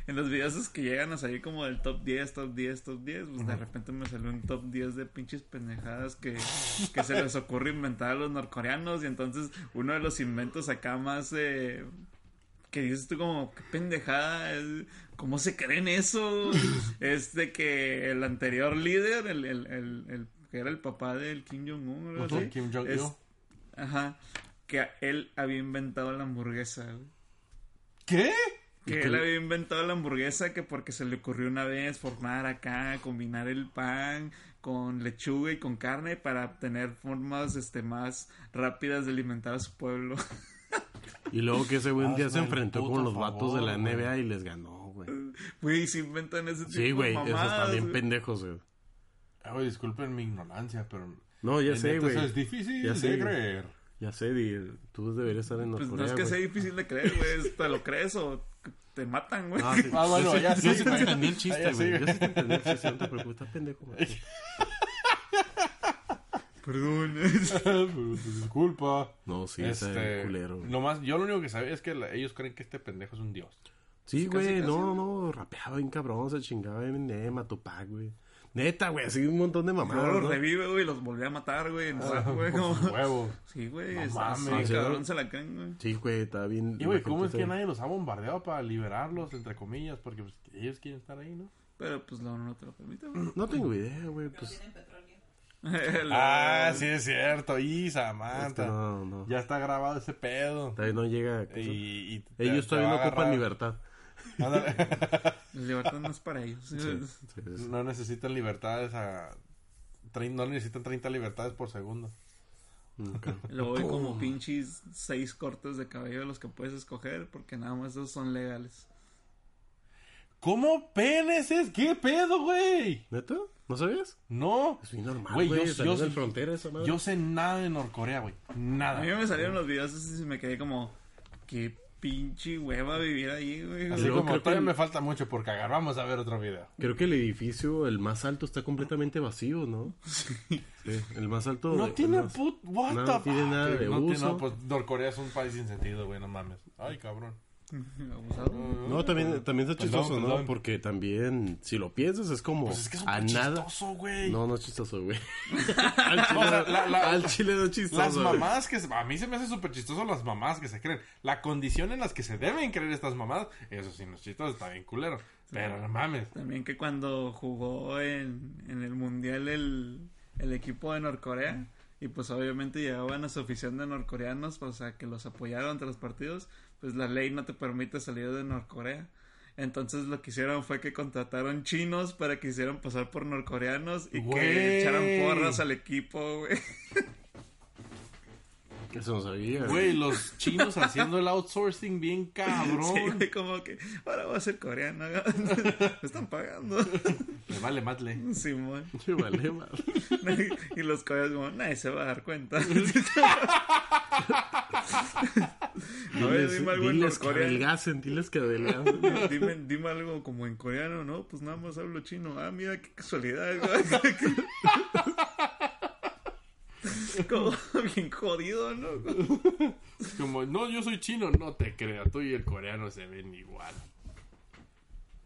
en los videazos que llegan a salir como del top 10, top 10, top 10, pues de repente me salió un top 10 de pinches pendejadas que, que se les ocurre inventar a los norcoreanos y entonces uno de los inventos acá más eh, que dices tú como qué pendejada es- cómo se creen eso es de que el anterior líder el, el, el, el- que era el papá del Kim Jong Un o algo
Ujú,
así,
Kim Jong-il.
es- ajá que a- él había inventado la hamburguesa güey.
¿Qué?
¿Y
Que
qué
él
le-
había inventado la hamburguesa que porque se le ocurrió una vez formar acá, combinar el pan con lechuga y con carne para obtener formas este más rápidas de alimentar a su pueblo.
Y luego que ese güey un día se
Hazme el
enfrentó
puto
con los
favor,
vatos de la
güey.
NBA y les ganó, güey.
Güey, se inventan ese tipo
Sí, güey,
de
esos
mamadas.
también
güey.
pendejos, güey.
Ah, güey, disculpen mi ignorancia, pero.
No, ya
en
sé,
neta,
güey.
Eso es difícil
Ya sé,
de
güey.
creer.
Ya sé, di- tú deberías estar en
Pues
Norcorea,
no es que
güey.
sea difícil de creer, güey, es- te lo crees o te matan, güey.
Ah, sí.
Ah, bueno,
yo sí,
ya
yo
sí,
sí te
güey.
entendí el
Ah,
chiste,
ya
güey.
sí,
Yo sí te entendí el chiste, no te preocupes, estás pendejo, güey.
Perdón.
Disculpa.
No, sí, está
este,
bien culero. güey.
nomás, yo lo único que sabía es que la- ellos creen que este pendejo es un dios.
Sí,
casi,
güey,
casi,
no, no, rapeaba bien cabrón, se chingaba bien Nema, Tupac, güey. Neta, güey, así un montón de
Luego
mamadas.
los
¿no? Ah,
revive, güey, los volvió a matar, güey. en saco, güey,
Por
como-
sus huevos.
Sí, güey,
No
está así,
mames.
cabrón, se la creen, güey.
Sí, güey, estaba bien.
Y, güey, ¿cómo
la
es
gente
que
está-
nadie los ha bombardeado para liberarlos, entre comillas? Porque pues, ellos quieren estar ahí, ¿no?
Pero pues la ONU no te lo permite, güey.
No tengo idea, güey, pues.
tienen petróleo.
La-
Ah, sí, es cierto. Y
es que
Samantha.
Este, no, no.
Ya está grabado ese pedo.
Todavía no llega.
Y, y te-
Ellos
te
todavía
va
no
a
ocupan
agarrar.
libertad.
Ándale.
La libertad no es para ellos.
Sí, sí, sí.
no necesitan libertades a... trein- No necesitan 30 libertades por segundo.
Nunca.
Luego hay como pinches seis cortes de cabello de los que puedes escoger porque nada más esos son legales.
¿Cómo penes es? ¿Qué pedo, güey?
¿Neta? ¿No sabías?
No.
Es bien normal,
Güey,
güey.
yo-
salió
yo-
del frontera esa madre.
Yo sé nada de Norcorea, güey.
A mí
Nada.
me salieron los videos así y me quedé como, qué pinche hueva vivir ahí, güey.
Así
Luego
como
creo que
todavía
el-
me falta mucho por cagar. Vamos a ver otro video.
Creo que el edificio, el más alto, está completamente vacío, ¿no? Sí. El más alto.
No
el
tiene
más-
put... What
pues no
the
tiene
fuck,
nada
güey.
de
no tiene-
uso.
no, pues Norcorea es un país sin sentido, güey. No mames. Ay, cabrón.
Abusado.
No, también, también está
Perdón,
chistoso, ¿no?
perdón.
Porque también, si lo piensas, es como
Pues es que es un
a nada.
chistoso, güey.
No, no es chistoso, güey. al, chile,
O sea, la- la-
al chile no es chistoso.
Las
güey.
mamás que se- a mí se me hace súper chistoso las mamás que se creen. La condición en las que se deben creer estas mamás, eso sí, no es chistoso, está bien culero. Pero no mames.
También que cuando jugó en, en el mundial el, el equipo de Norcorea, y pues obviamente llegaban a su afición de norcoreanos, pues, o sea, que los apoyaron entre los partidos, pues la ley no te permite salir de Norcorea. Entonces lo que hicieron fue que contrataron chinos para que hicieran pasar por norcoreanos y
Güey.
que echaran porras al equipo, güey.
Eso no sabía.
Güey, los chinos haciendo el outsourcing bien
Sí,
cabrón.
güey, como que ahora voy a ser coreano, ¿no? me están pagando.
Me vale matle.
Simón.
Che, vale, madre.
Y los coreanos como, nadie se va a dar cuenta. A ver,
Diles,
dime algo en
diles que
norcoreano.
adelgacen, diles que adelgacen.
Dime, dime algo como en coreano, ¿no? Pues nada más hablo chino. Ah, mira, qué casualidad. güey. como bien jodido, ¿no?
Es como, no, yo soy chino, no te creo, tú y el coreano se ven igual.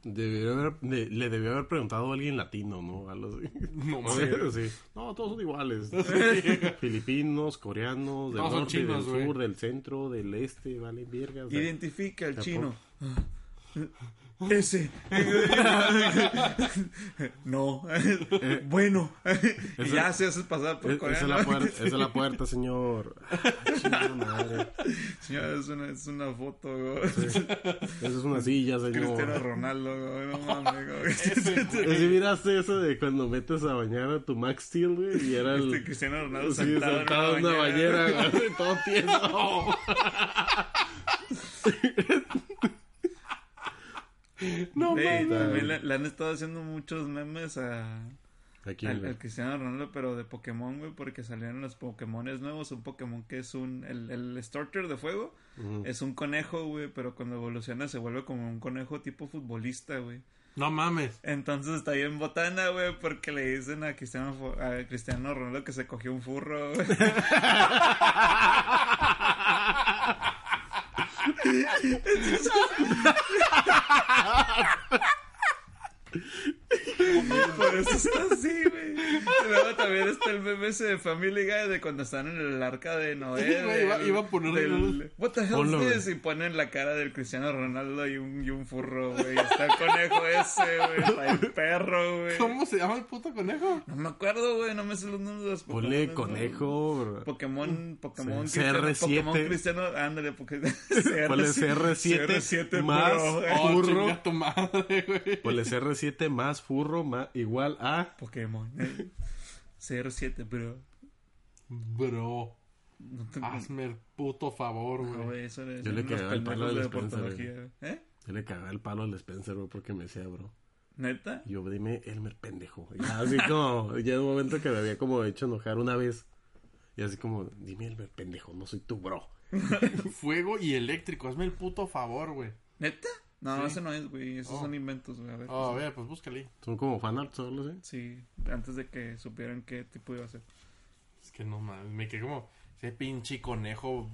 Debió haber- le, le debió haber preguntado a alguien latino, ¿no? Algo así.
No
A ver,
mames.
sí. No, todos son iguales. Filipinos, coreanos, del
Todos son
norte,
chinos,
del
güey.
sur, del centro, del este, vale, verga. o sea,
Identifica al
Tampoco.
chino. Ah, Ese. no. bueno. Y ya se hace pasar
es-
por
e-, esa, es la
coreano.
puerta, esa es la puerta, señor. Ah, chingada madre.
Señora, es una, es una foto, güey.
Esa es una silla,
Cristiano
señor.
Ronaldo, güey. No mames, güey. Este
¿Sí miraste eso de cuando metes a bañar a tu Max Steel, güey? Y era el...
Este Cristiano Ronaldo
Sí,
sentado,
sentado en una bañera, güey, todo tieso.
No
Ey,
mames.
también le, le han estado haciendo muchos memes a,
Aquí,
al,
güey.
al Cristiano Ronaldo, pero de Pokémon, güey, porque salieron los Pokémones nuevos. Un Pokémon que es un. El, el Starter de Fuego
Ujú.
es un conejo, güey, pero cuando evoluciona se vuelve como un conejo tipo futbolista, güey.
No mames.
Entonces está bien botana, güey, porque le dicen a Cristiano, Fu- a Cristiano Ronaldo que se cogió un furro, güey. Por eso está así, güey. Y Luego también está el meme ese de Family Guy de cuando están en el arca de Noé.
Sí, güey, iba-
del-
iba a ponerle
del-
unos-
What the hell
Ponlo,
is
güey.
this? Y ponen la cara del Cristiano Ronaldo y un, y un furro, güey. Y Está el conejo ese, güey. Está el perro, güey.
¿Cómo se llama el puto conejo?
No me acuerdo, güey. No me sé los nombres de los
Ponle
Pokémones,
conejo, bro.
Pokémon, Pokémon,
Sí.
Cristiano,
CR7.
Pokémon Cristiano, ándale, porque
Ponle CR7
CR7
más
Pro,
Oh,
Burro.
chinga tu madre, güey.
Ponle CR7 más furro más, igual a...
Pokémon. eh. CR7, bro.
Bro,
No te
hazme el puto favor,
Ah,
Ah, güey.
güey, eso le
Yo le
decían los
cagaba el palo
pendejos
al
de
Spencer,
deportología, güey. ¿Eh?
Yo le cagaba el palo al Spencer, bro, porque me decía, bro.
¿Neta?
Yo dime, Elmer, pendejo. Y así como, ya en un momento que me había como hecho enojar una vez. Y así como, dime, Elmer, pendejo, no soy tu bro.
Fuego y eléctrico, hazme el puto favor, güey.
¿Neta? No,
Sí.
ese no es, güey. Esos
Oh.
son inventos, güey. A ver.
Oh, a ver, pues búscale.
Son como fanarts, ¿sabes?
Sí, antes de que supieran qué tipo iba a ser.
Es que no mames, me quedé como ese pinche conejo.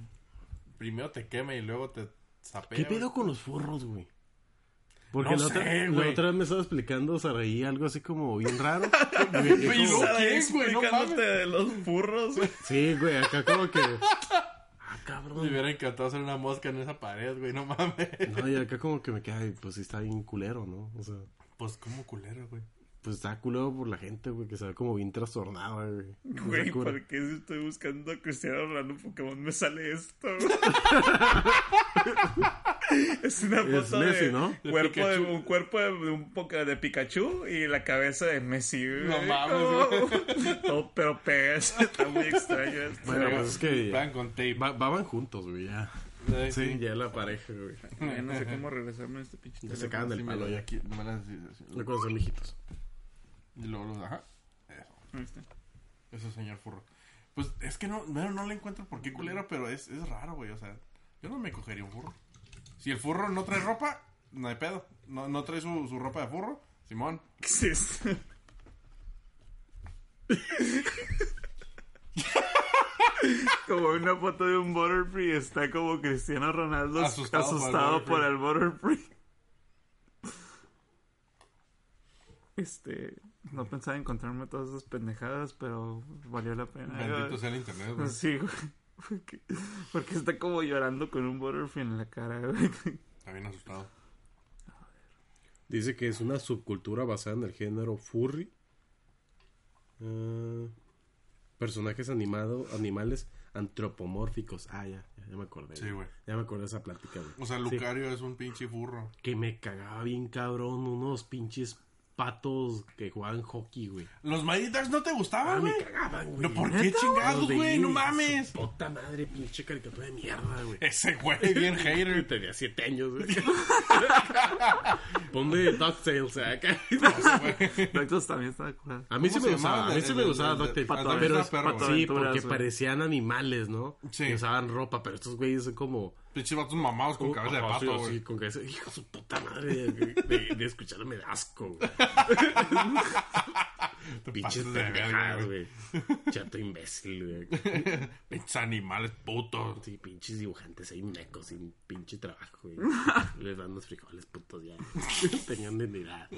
Primero te quema y luego te zapea.
¿Qué
güey.
pedo con los forros, güey? Porque
No
la, otra,
sé,
la
güey.
otra vez me estaba explicando Saraí algo así como bien raro. Y me quedé
Y
como-
luego, ¿quién, güey? No
Explicándote
mames.
de los furros, güey.
sí, güey, acá como que. Ah,
Me
cabrón.
hubiera encantado hacer una mosca en esa pared, güey, no mames.
No, y acá como que me queda, "Ay, pues sí está bien culero, ¿no? O sea,
Pues como culero, güey.
pues está culero por la gente, güey, que se ve como bien trastornada, güey. No se
Güey,
cura.
¿por qué si estoy buscando a Cristiano Ronaldo Pokémon me sale esto? es una foto
Es Messi,
de,
¿no?
De cuerpo de,
Pikachu.
un cuerpo de, de un poca- de Pikachu y la cabeza de Messi. güey.
No mames,
Todo, pero pegas. Está muy extraño esto.
Bueno, pues es que.
Plan con tape.
Va- vaban juntos, güey, ya.
Ay,
Sí, ya la pareja, güey.
Ya no sé cómo regresarme a este pinche
pues. Ya se cagan
teléfono.
Sí,
del
mira,
palo
y
ya.
aquí, no me las- sí, sí, sí.
No cuando son hijitos.
Y luego los, ajá. Eso,
Ahí está.
eso señor furro. Pues es que no, no, no le encuentro por qué culero, pero es, es raro, güey. O sea, yo no me cogería un furro. Si el furro no trae ropa, no hay pedo. No, no trae su, su ropa de furro, Simón.
¿Qué es esto? como una foto de un Butterfree está como Cristiano Ronaldo
Asustado
asustado,
por el
por el Butterfree. Este, no pensaba encontrarme todas esas pendejadas, pero valió la pena.
Bendito sea el internet, güey.
Sí, güey. Porque, porque está como llorando con un Butterfree en la cara, güey.
Está bien asustado.
Dice que es una subcultura basada en el género furry. Ah, personajes animados, animales antropomórficos. Ah, ya, ya, ya me acordé.
Sí, güey.
Ya me acordé de esa plática, güey.
O sea,
Sí,
Lucario es un pinche furro.
que me cagaba bien cabrón unos pinches patos que jugaban hockey, güey.
¿Los Mighty Ducks no te gustaban,
Ah,
güey?
me cagaban, güey.
¿No por
Neta,
qué chingados,
los de
güey? No
Jimmy,
mames. Eh,
su Puta madre, pinche caricatura de mierda, güey.
Ese güey, bien hater.
Tenía siete años, güey.
eh.
Ponme DuckTales ¿eh? acá.
Doctos también está de cura.
A mí sí
¿Cómo se
me gustaba,
llamaba?
a mí sí
El-
me
el-
gustaba
el-
DuckTales,
Pato
pero
Aventuras, Perro,
sí,
Aventuras,
porque
güey.
parecían animales, ¿no?
Sí.
Que usaban ropa, pero estos güeyes son como...
Pinche vatos mamados con cabeza de
Oh, Ajá, sí,
pato,
sí,
güey.
con cabeza... Hijo de su puta madre, de, de, de escucharlo me da asco, güey.
Te
Pinches
pasas de verga,
pendejadas,
güey.
güey. Chato imbécil, güey.
Pinches animales putos.
Sí, pinches dibujantes ahí mecos sin pinche trabajo, güey. Les dan los frijoles putos ya. Tenían dignidad.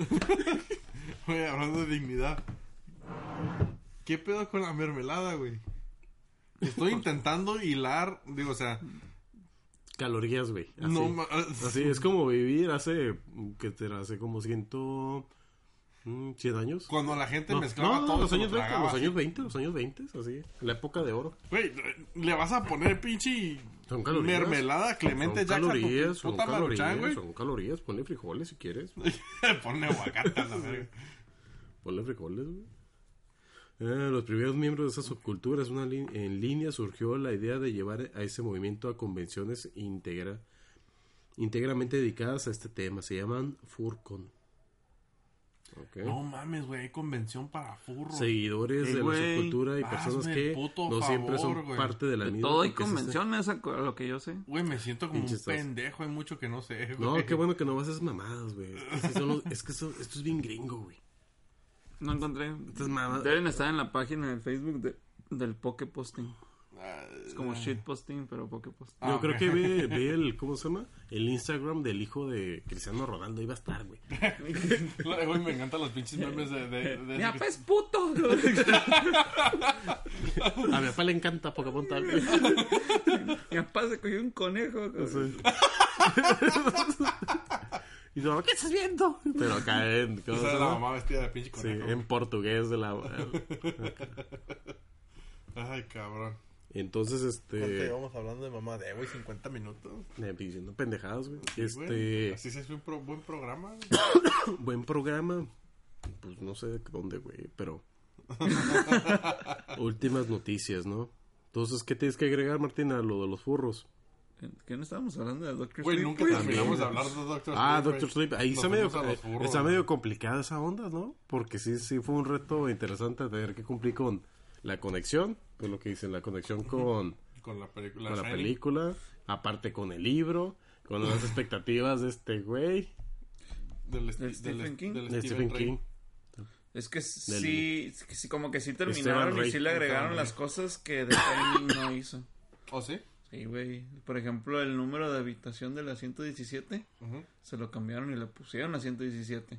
Güey, hablando de dignidad. ¿Qué pedo con la mermelada, güey? Estoy intentando hilar, digo, o sea,
Calorías, güey. así.
no ma-
Así es como vivir hace, que te hace como ciento, mm, cien años.
Cuando la gente
No,
mezclaba
no,
todo,
los
se lo
años 20,
tragaba
los
así.
años 20, los años 20, así, la época de oro.
Güey, le vas a poner pinche
Son calorías.
mermelada Clemente
son
Jackson. tu
calorías, son
puta maruchan,
calorías,
güey.
son calorías, ponle frijoles si quieres,
Ponle aguacate a la verga.
ponle frijoles, güey. Eh, los primeros miembros de esa subcultura es una lin- en línea surgió la idea de llevar a ese movimiento a convenciones integra íntegramente dedicadas a este tema. Se llaman Furcon. Ok.
No mames, güey, hay convención para furro.
seguidores
Ey,
de la
güey,
subcultura y personas
hazme
que
el puto
no siempre
favor,
son
güey.
parte de la misma.
Todo hay
porque este se hace-
convenciones, a a lo que yo sé.
Güey, me siento como un
Pinches tos.
pendejo, hay mucho que no sé, güey.
No, qué bueno que no vas a esas mamadas, güey. Es que, son los- es que son- esto es bien gringo, güey.
No encontré.
Estas mamadas.
Deben estar en la página de Facebook de- del Poke Posting.
Ah,
Es como shit posting, pero Poke Posting.
Yo
Ah,
creo
ok.
que ve, ve el, ¿cómo se llama? El Instagram del hijo de Cristiano Ronaldo iba a estar, güey.
Claro, Güey, me encantan los pinches memes de... de, de-
¡Mi papá es puto!
A mi papá le encanta Pokémon tal. güey.
Mi papá se cogió un conejo.
Y no, ¿qué estás viendo? Pero acá en, ¿cómo
O
se
sea, la
llama?
mamá vestida de pinche
Sí, em-
conejo.
en portugués de la...
Ay, cabrón.
Entonces, este...
Llevamos hablando de mamá de, güey, 50 minutos.
eh, Diciendo pendejadas, güey.
Güey,
Este...
Así se hace un pro- buen programa. güey.
buen programa. Pues no sé dónde, güey, pero. Últimas noticias, ¿no? Entonces, ¿qué tienes que agregar, Martín, a lo de los furros?
¿Qué no estábamos hablando de Doctor
Güey,
Sleep,
nunca
güey?
terminamos de hablar de Doctor
Ah,
Sleep,
Doctor
güey.
Sleep. Ahí
Nos
está medio, eh,
fuimos a los furros,
está
güey.
medio complicada esa onda, ¿no? Porque sí, sí fue un reto interesante tener que cumplir con la conexión, con lo que dicen, la conexión con,
Con la película.
con la
Shining.
película, aparte con el libro, con las expectativas de este güey,
Del, esti-
Del Stephen
est-
King.
del
de Stephen
King.
King.
Es que sí, es que sí, como que sí terminaron y
Rey,
sí le agregaron
Esteban
las cosas que The Shining no hizo.
¿O ¿Oh, sí?
Sí, güey. Por ejemplo, el número de habitación de la 117
Ujú.
se lo cambiaron y le pusieron la 117.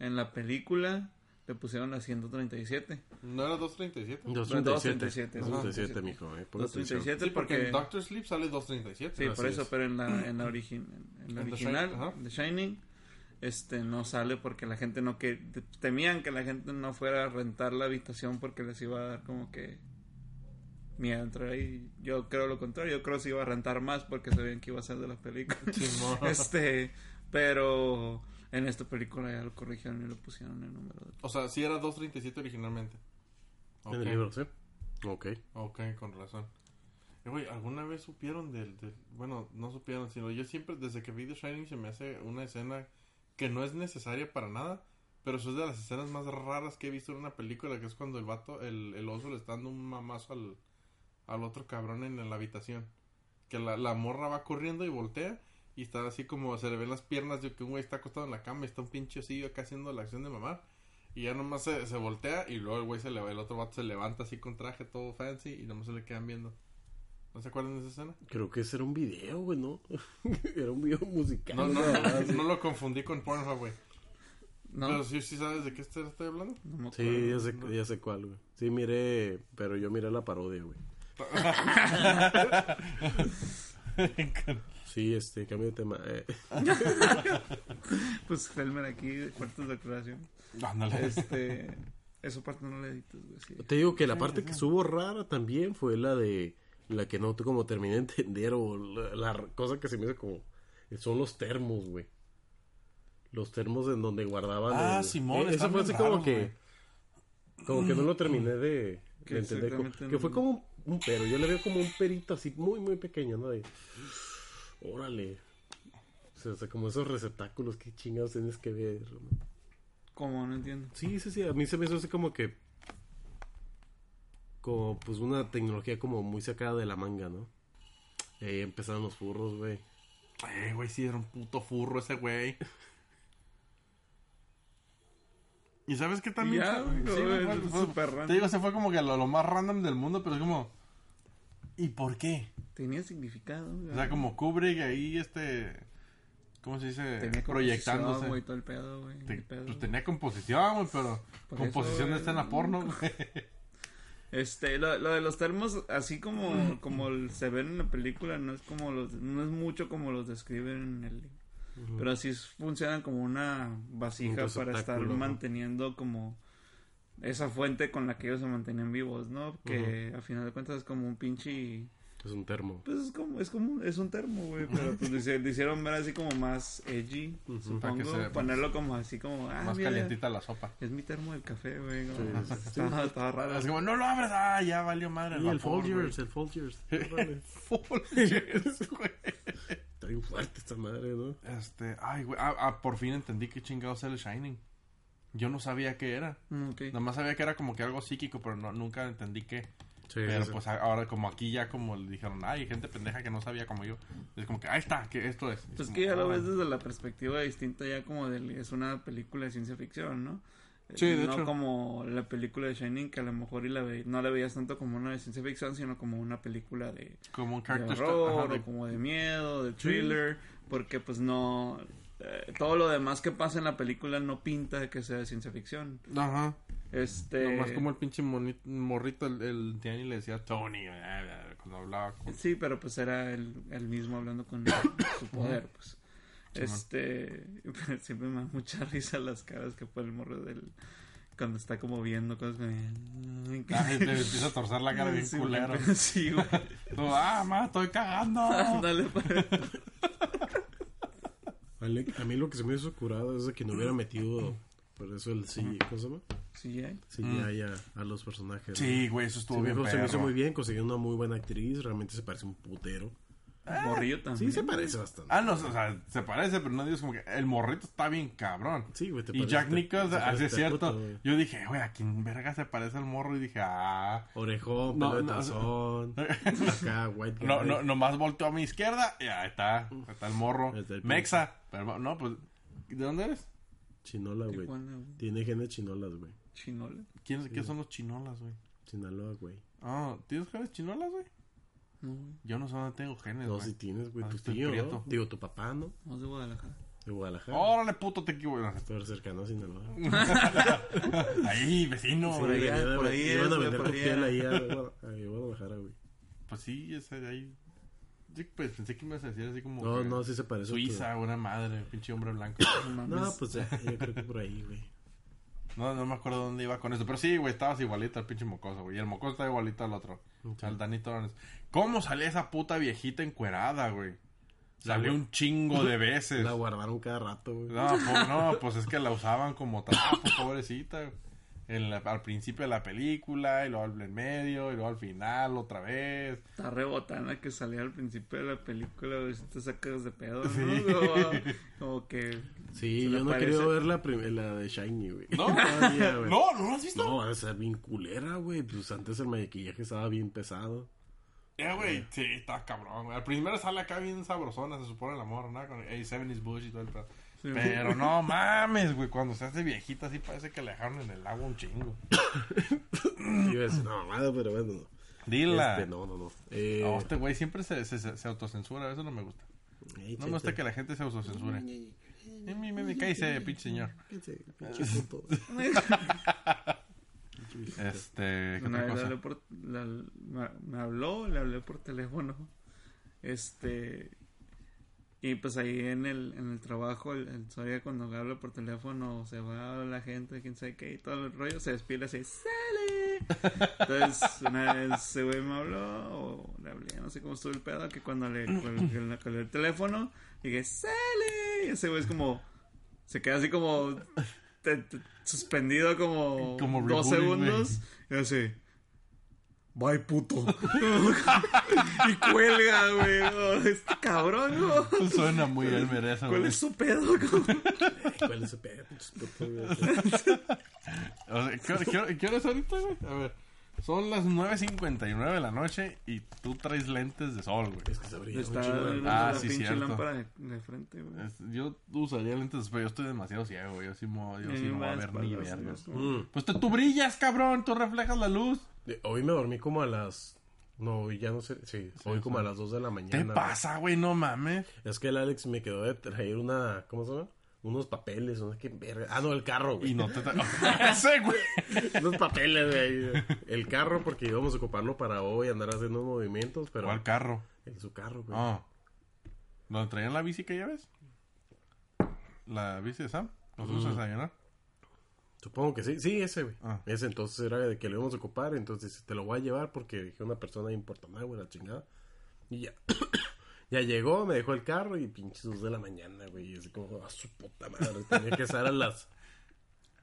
En la película le pusieron la 137.
¿No era 237?
237.
237,
237, mijo, eh. Pon atención.
237
Sí, porque
porque...
en Doctor Sleep sale 237.
Sí, por
Así
eso,
es.
pero en la, en la, origin- en la
En The
original,
Shining, ajá.
The Shining, este, no sale porque la gente no que temían que la gente no fuera a rentar la habitación porque les iba a dar como que miedo entrar ahí. Yo creo lo contrario, yo creo que se iba a rentar más porque sabían que iba a ser de la película.
Simón.
este, pero en esta película ya lo corrigieron y lo pusieron el número. de-
O sea, sí era 237 originalmente. Ok,
En el libro, ¿sí? Ok.
Ok, con razón. Eh, güey, ¿alguna vez supieron del, del- Bueno, no supieron, sino yo siempre, desde que vi The Shining, se me hace una escena que no es necesaria para nada, pero eso es de las escenas más raras que he visto en una película, que es cuando el vato, el, el oso le está dando un mamazo al, al otro cabrón en la habitación. Que la, la morra va corriendo y voltea y está así como se le ven las piernas de que un güey está acostado en la cama y está un pinche osillo acá haciendo la acción de mamar. Y ya nomás se, se voltea y luego el güey se le el otro vato se levanta así con traje todo fancy y nomás se le quedan viendo. ¿No se acuerdan de esa escena?
Creo que ese era un video, güey, ¿no? era un video musical.
No, no,
nada más.
no, no lo confundí con Pornhub, güey.
No,
Pero sí, sí sabes de qué escena estoy hablando.
no me acuerdo.
Sí, ya sé, ya sé cuál, güey. Sí, miré, pero yo miré la parodia, güey. Sí, este, cambio de tema. eh.
Pues Helmer aquí, fuertes declaraciones.
Ándale.
Este, eso parte no le editas, güey. sí.
Te digo que la parte que estuvo rara también fue la de la que no te- como terminé de entender o la, la r- cosa que se me hizo como son los termos, güey. Los termos en donde guardaban
Ah,
el-
Simón,
Eh, eso
están
fue
bien
así como
raros,
que
güey.
como que no lo terminé de,
Mm, Que
de entender como-
exactamente
que
no-
fue como un, un pero, yo le veo como un perito así muy muy pequeño, ¿no? De, órale. O sea, o sea, como esos receptáculos que chingados tienes que ver. ¿no?
¿Cómo? No entiendo.
Sí, sí, sí. A mí se me hizo así como que. Como pues una tecnología como muy sacada de la manga, ¿no? Y ahí empezaron los furros, güey.
Eh, güey, sí, era un puto furro ese güey. ¿Y sabes qué también?
Ya, güey,
Sí, güey,
güey,
fue-
súper
Te
random.
digo, se fue como que lo, lo más random del mundo, pero es como... ¿Y por qué?
Tenía significado, güey.
O sea, como Kubrick ahí, este... ¿Cómo se dice?
Tenía
Proyectándose.
composición, güey, todo el pedo, güey.
Te-
el pedo.
pues tenía composición, güey, pero...
Por eso,
composición
güey.
de escena porno, güey.
Este, lo, lo de los termos, así como, como el- se ven en la película, no es como los, no es mucho como los describen en el libro. Pero así es- funcionan como una vasija
Un
para estar
receptáculo, ¿no?
manteniendo como esa fuente con la que ellos se mantenían vivos, ¿no? Que a final de cuentas es como un pinche
Es un termo.
Pues es como, es como, es un termo, güey, pero pues le, hice- le hicieron ver así como más edgy, supongo,
Para que se-
ponerlo como así como, ah,
Más
mira,
calientita la sopa.
es mi termo del café, güey, como, estaba, estaba raro,
Es como, no lo abres, ah, ya valió madre.
Y el
vapor, güey.
Folgers, el Folgers. Órale.
Folgers, güey.
Está bien fuerte esta madre, ¿no?
Este, ay, güey, ah, ah, por fin entendí qué chingados era el Shining. Yo no sabía qué era.
Mm, ok.
Nada más sabía que era como que algo psíquico, pero no, nunca entendí qué.
Sí,
Pero
sí, sí.
pues a- ahora como aquí ya como le dijeron, ay, gente pendeja que no sabía como yo. Es como que, ahí está, que esto es.
Pues
Es
que ya
como,
lo
ah,
ves desde la perspectiva distinta ya como del, es una película de ciencia ficción, ¿no? Eh,
Sí, de
no
hecho.
como la película de Shining que a lo mejor y la ve- no la veías tanto como una de ciencia ficción, sino como una película de,
Como un
de
character
horror,
ajá, de-
o como de miedo, de thriller, porque pues no... eh, todo lo demás que pasa en la película no pinta de que sea de ciencia ficción.
Ajá.
Este...
Nomás como el pinche moni- morrito, el, el Danny le decía Tony, ah, ah, cuando hablaba con...
Sí, pero pues era el, el mismo hablando con su poder, pues. Este, siempre me da mucha risa las caras que pone el morro del... Cuando está como viendo cosas que...
Ah, y te empieza a torcer la cara bien
Sí,
culero. Ah.
güey, Sí, güey.
Tú, ah, ma, estoy cagando.
Ándale, pues.
Ale- a mí lo que se me hizo curado es de que no hubiera metido. Por eso el CGI, ¿cómo se llama?
Sí, ¿eh?
CGI a, a los personajes. ¿no?
Sí, güey, eso
Se
estuvo
me,
bien
hizo- se me hizo
perro.
muy bien, consiguió una muy buena actriz, realmente se parece un putero.
Morrillo
Sí,
también.
se parece bastante.
Ah, no, o sea, se parece, pero no digas como que el morrito está bien cabrón.
Sí, güey, te
Y
parece
Jack
este-
Nicholson,
se parece
así es
este
cierto.
puto, güey.
Yo dije, güey, ¿a quién verga se parece el morro? Y dije, ah.
Orejón,
No,
pelo de
no, o
tazón. Acá, white guy.
No, no, nomás volteó a mi izquierda y ahí está, ahí está el morro.
Ahí está el
Mexa. Pero, no, pues, ¿de dónde eres?
Chinola, güey.
Tijuana, güey.
Tiene genes chinolas, güey.
Chinola.
¿Quién, ¿Qué son los chinolas, güey?
Sinaloa, güey.
Ah, ¿tienes genes chinolas, güey?
No, güey.
Yo no sé dónde tengo genes,
No,
güey.
si tienes, güey.
Ah,
Tu
estoy
tío,
prieto.
¿no? Digo, tu papá, ¿no?
No es de Guadalajara.
De Guadalajara.
Oh.
Órale, puto, te equivoco.
Pero cercano a Sinaloa.
Ahí, vecino.
Sí,
por ahí,
venía de-
por ahí
Iban
es,
a
güey,
vender
por ahí
cóctel
era.
ahí a Guada- ahí a Guadalajara, güey.
Pues sí, es ahí. Yo pues, pensé que me ibas a decir así como.
No,
que
no, sí se parece. a tu-
Suiza, una madre, pinche hombre blanco.
No
No,
mames.
pues ya, yo creo que por ahí, güey.
No, no me acuerdo dónde iba con eso. Pero sí, güey, estabas igualita al pinche mocoso, güey. Y el mocoso estaba igualito al otro. Al Dani Torres. ¿Cómo salía esa puta viejita encuerada, güey? Salió un chingo de veces.
La guardaron cada rato, güey.
No, po- no, pues es que la usaban como trapo, pobrecita. En la- al principio de la película, y luego al en medio, y luego al final otra vez.
Está rebotana que salía al principio de la película, güey, si te sacas de pedo, ¿no?
Sí.
Como, como que...
Sí,
¿Se le
yo no
parece?
quería ver la, prim- la de Shiny, güey.
¿No?
Todavía, güey.
No, ¿no lo has visto?
No, va a ser bien culera, güey. Pues antes el maquillaje estaba bien pesado.
Eh, güey, sí, está cabrón, güey. Al primero sale acá bien sabrosona, se supone el amor, ¿no? Con el 70s Bush y todo el pedo.
Sí.
Pero no mames, güey, cuando se hace viejita así parece que le dejaron en el agua un chingo.
Y iba a decir, no, mamada, pero bueno, no.
Dila.
Este, no, no, no. Eh,
No, este güey siempre se, se, se- se autocensura, eso no me gusta.
ey,
No me gusta
chete.
que la gente se autocensure. Eh, mi, mi, mi, cállese, pinche señor.
Fíjense, pinche puto.
Este, ¿qué
Una vez
otra
le hablé
cosa?
por, la- me, me habló, le hablé por teléfono. Este. Y pues ahí en el, en el trabajo, el, el Soria cuando habla por teléfono, se va la gente, quién sabe qué, y todo el rollo, se despide así, ¡sale! Entonces, una vez ese güey me habló, o le hablé, no sé cómo estuvo el pedo, que cuando le colgué la- colgué el teléfono, dije, ¡sale! Y ese güey es como, se queda así como te- te- suspendido como,
Como
dos
rebooting, güey.
segundos. Y así. Bye, puto. y cuelga, güey. no, este cabrón, ¿no?
Suena muy Elmer eso,
¿Cuál
güey.
es su pedo? cabrón?
¿Cuál es ese pedo? Pinches putos, güey.
O sea, ¿qué, hora- qué hora- qué hora es ahorita, güey? A ver, son las 9.59 de la noche y tú traes lentes de sol, güey.
Es que se abría un
Está
chingo de-
la
Ah, sí,
pinche
cierto.
lámpara de, de frente, güey.
Es- Yo usaría lentes, pero yo estoy demasiado ciego, güey. Yo sí, mo- yo
Y
sí
me
no voy
va
a ver ni
espaldas,
vergas.
¿no? Como-
Mm.
Pues te, tú brillas, cabrón. Tú reflejas la luz.
De- Hoy me dormí como a las... No, ya no sé. Sí, hoy como a las 2 de la mañana.
¿Qué
güey.
pasa, güey? No mames.
Es que el Alex me quedó de traer una... ¿Cómo se llama? Unos papeles, no sé qué verga. Ah, no, el carro, güey.
Y no te... tra- Ese, güey.
Unos papeles, güey. El carro, porque íbamos a ocuparlo para hoy, andar haciendo unos movimientos, pero...
¿Cuál carro?
En su carro, güey.
Ah. ¿Donde traían la bici que ya ves? ¿La bici de Sam? ¿Nos fuimos
Mm.
a desayunar?
Supongo que sí. Sí, ese, güey.
Ah.
Ese entonces era de que lo íbamos a ocupar, entonces te lo voy a llevar porque dije una persona importante, güey, la chingada. Y ya. ya llegó, me dejó el carro y pinches dos de la mañana, güey. Y así como, a su puta madre. Tenía que estar a las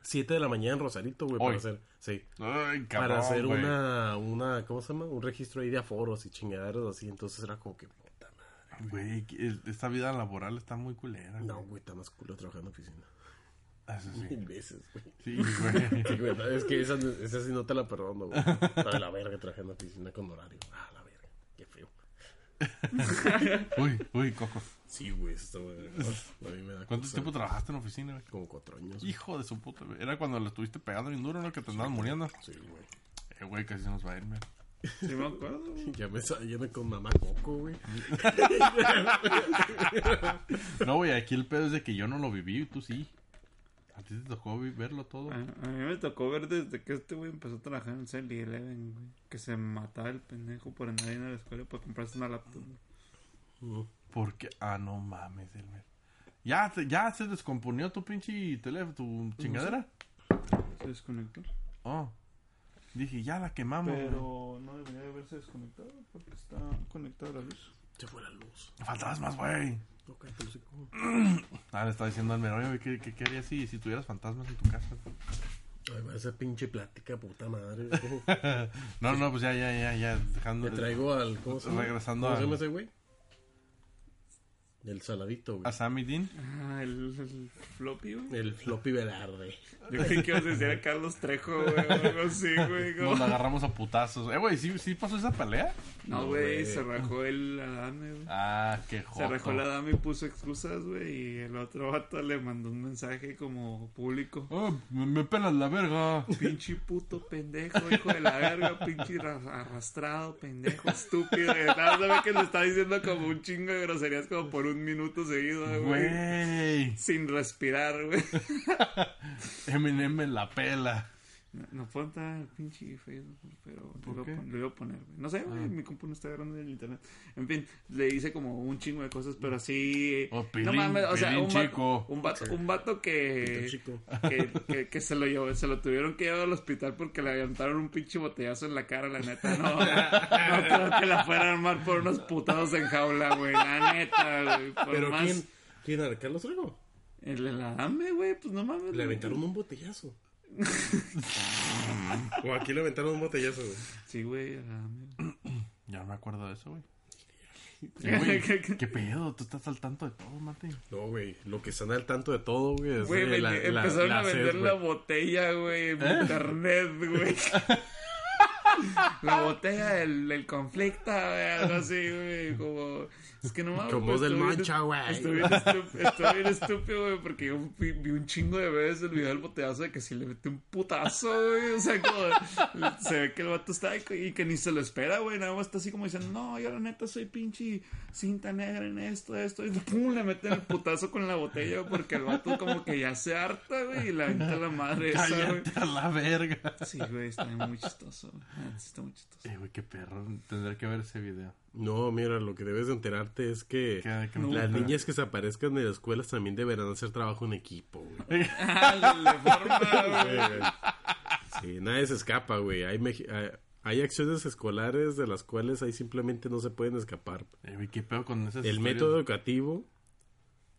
7 de la mañana en Rosarito, güey,
Hoy.
para hacer. Sí.
Ay, cabrón,
para hacer
güey.
una, una, ¿cómo se llama? Un registro ahí de aforos y chingaderos así. Entonces era como que, puta madre.
Güey, que- el- esta vida laboral está muy culera.
No,
güey.
güey, está más culo trabajando en oficina.
Eso Ah, sí.
Mil veces, güey.
Sí, güey.
Sí, güey, no, es que esa, esa sí no te la perdono, güey. Está de la verga traje en la oficina con horario. Ah, la verga. Qué feo.
Uy, uy, coco.
Sí, güey, eso está- A mí me da
¿Cuánto
cosa.
tiempo trabajaste en oficina, güey?
Como cuatro años. güey.
Hijo de su puta. güey. Era cuando lo estuviste pegando bien duro, ¿no? Que te andaban muriendo.
Sí, güey.
Eh, güey, casi se nos va a ir, güey.
Sí, me acuerdo. güey.
Ya me sa- ya me con mamá Coco, güey.
No, güey, aquí el pedo es de que yo no lo viví y tú sí. A ti te tocó vi- verlo todo.
A, a mí me tocó ver desde que este güey empezó a trabajar en 7-Eleven, güey. Que se mataba el pendejo por andar en la escuela para comprarse una laptop. güey.
Mm,
Porque, ah, no mames, Elmer. ¿Ya, te- ya se descomponió tu pinche teléfono, tu chingadera.
Se desconectó.
Oh. Dije, ya la quemamos. güey.
Pero no debería de haberse desconectado porque está conectada la luz.
Se fue la luz.
Fantasmas, güey.
No, cállate, no sé cómo.
Ah, le estaba diciendo al Elmer, oye, güey, ¿qué, qué, qué harías si, si tuvieras fantasmas en tu casa?
Ay, va, esa pinche plática, puta madre.
No, no, pues ya, ya, ya, ya, dejando.
Le traigo al. ¿Cómo se llama?
Regresando
¿Cómo
al-
se llama ese güey? Del saladito,
a
güey.
Sammy Dean.
Ah, el, el floppy, güey.
El floppy verde.
Yo creí que ibas a decir a Carlos Trejo, güey, o algo así, güey. como-
Nos la agarramos a putazos. Eh, güey, ¿sí, ¿sí pasó esa pelea?
No,
No,
güey,
güey.
se rajó el Adame, güey.
Ah, qué joder.
Se rajó el Adame y puso excusas, güey. Y el otro vato le mandó un mensaje como público.
Oh, me, me pelas la verga.
Pinche puto pendejo, hijo de la verga, pinche ra- arrastrado, pendejo, estúpido. Y nada, sabe que le está diciendo como un chingo de groserías como por un minuto seguido, güey.
Güey,
Sin respirar, güey.
Eminem me la pela.
No, no puedo entrar al pinche Facebook, güey, pero
¿Por
lo, iba
qué?
a pon- lo iba a poner, güey. No sé, güey,
Ah.
mi compu no está grande en el internet. En fin, le hice como un chingo de cosas, pero así...
Oh, pilín,
no mames, o sea,
pilín
un
chico.
vato, un vato, un vato
Pito
que,
chico.
que, que, que se lo llevó, se lo tuvieron que llevar al hospital porque le aventaron un pinche botellazo en la cara, la neta, no. No creo que la fueran a armar por unos putados en jaula, güey, la neta, güey. Por
Pero
más...
¿quién? ¿Quién era? ¿Carlos Rego?
El, el Adame, güey, pues no mames.
Le
güey.
aventaron un botellazo. o aquí le aventaron un botellazo, güey.
Sí, güey, el Adame.
Ya no me acuerdo de eso, güey. Eh,
Sí, güey.
¿Qué pedo? Tú estás al tanto de todo, Mate.
No, güey. Lo que están al tanto de todo, güey. es
Güey,
de la-
vendi-
la-
empezaron
la
a
sed,
vender
güey. ¿Eh?
la botella, güey, en internet, güey. la botella del, del conflicto, güey, algo así, güey, como... Es que no mames. pues,
Como
güey,
del
estuvo bien-
mancha, güey.
Estuvo bien, estu- estuvo bien estúpido, güey, porque yo vi, vi un chingo de veces el video del botellazo de que si le mete un putazo, güey. O sea, como se ve que el vato está ahí y que ni se lo espera, güey. Nada más está así como diciendo, no, yo la neta soy pinche cinta negra en esto, esto. Y pum, le meten el putazo con la botella, güey, porque el vato como que ya se harta, güey, y le avienta la madre esa, güey.
Cállate a la verga.
Sí, güey, está muy chistoso. güey. Ah, sí, Está muy chistoso.
Eh, güey, qué perro. Tendré que ver ese video.
No, mira, lo que debes de enterarte es que
Que- que me
las
gusta.
niñas que se aparezcan de las escuelas también deberán hacer trabajo en equipo, güey.
Eh,
Ah, le- le forma, güey.
Sí, nadie se escapa, güey. Hay, meji- hay- hay acciones escolares de las cuales ahí simplemente no se pueden escapar.
Eh, güey, qué pedo con esas
El
historias?
método educativo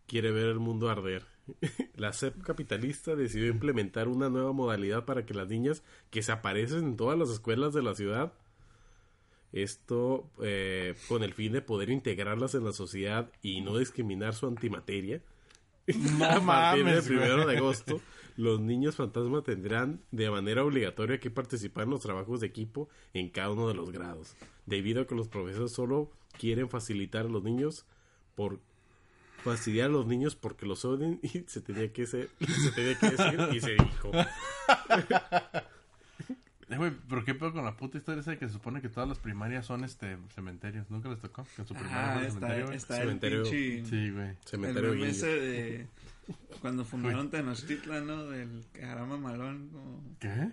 quiere ver el mundo arder. La SEP capitalista decidió implementar una nueva modalidad para que las niñas que se aparecen en todas las escuelas de la ciudad, esto eh, con el fin de poder integrarlas en la sociedad y no discriminar su antimateria.
No
A partir del
mames,
primero
güey.
de agosto, los niños fantasma tendrán de manera obligatoria que participar en los trabajos de equipo en cada uno de los grados, debido a que los profesores solo quieren facilitar a los niños por fastidiar a los niños porque los odien y se tenía que ser, se tenía que decir y se dijo.
Eh, güey, pero qué pedo con la puta historia esa de que se supone que todas las primarias son este cementerios. ¿Nunca les tocó? Que en su primaria
Ah,
era
está,
un cementerio, güey.
está el
Cementerio.
pinche...
Sí, güey.
Cementerio
el meme
Guillo.
ese de cuando fumaron Tenochtitlan, ¿no? Del caramba malón. como-
¿Qué?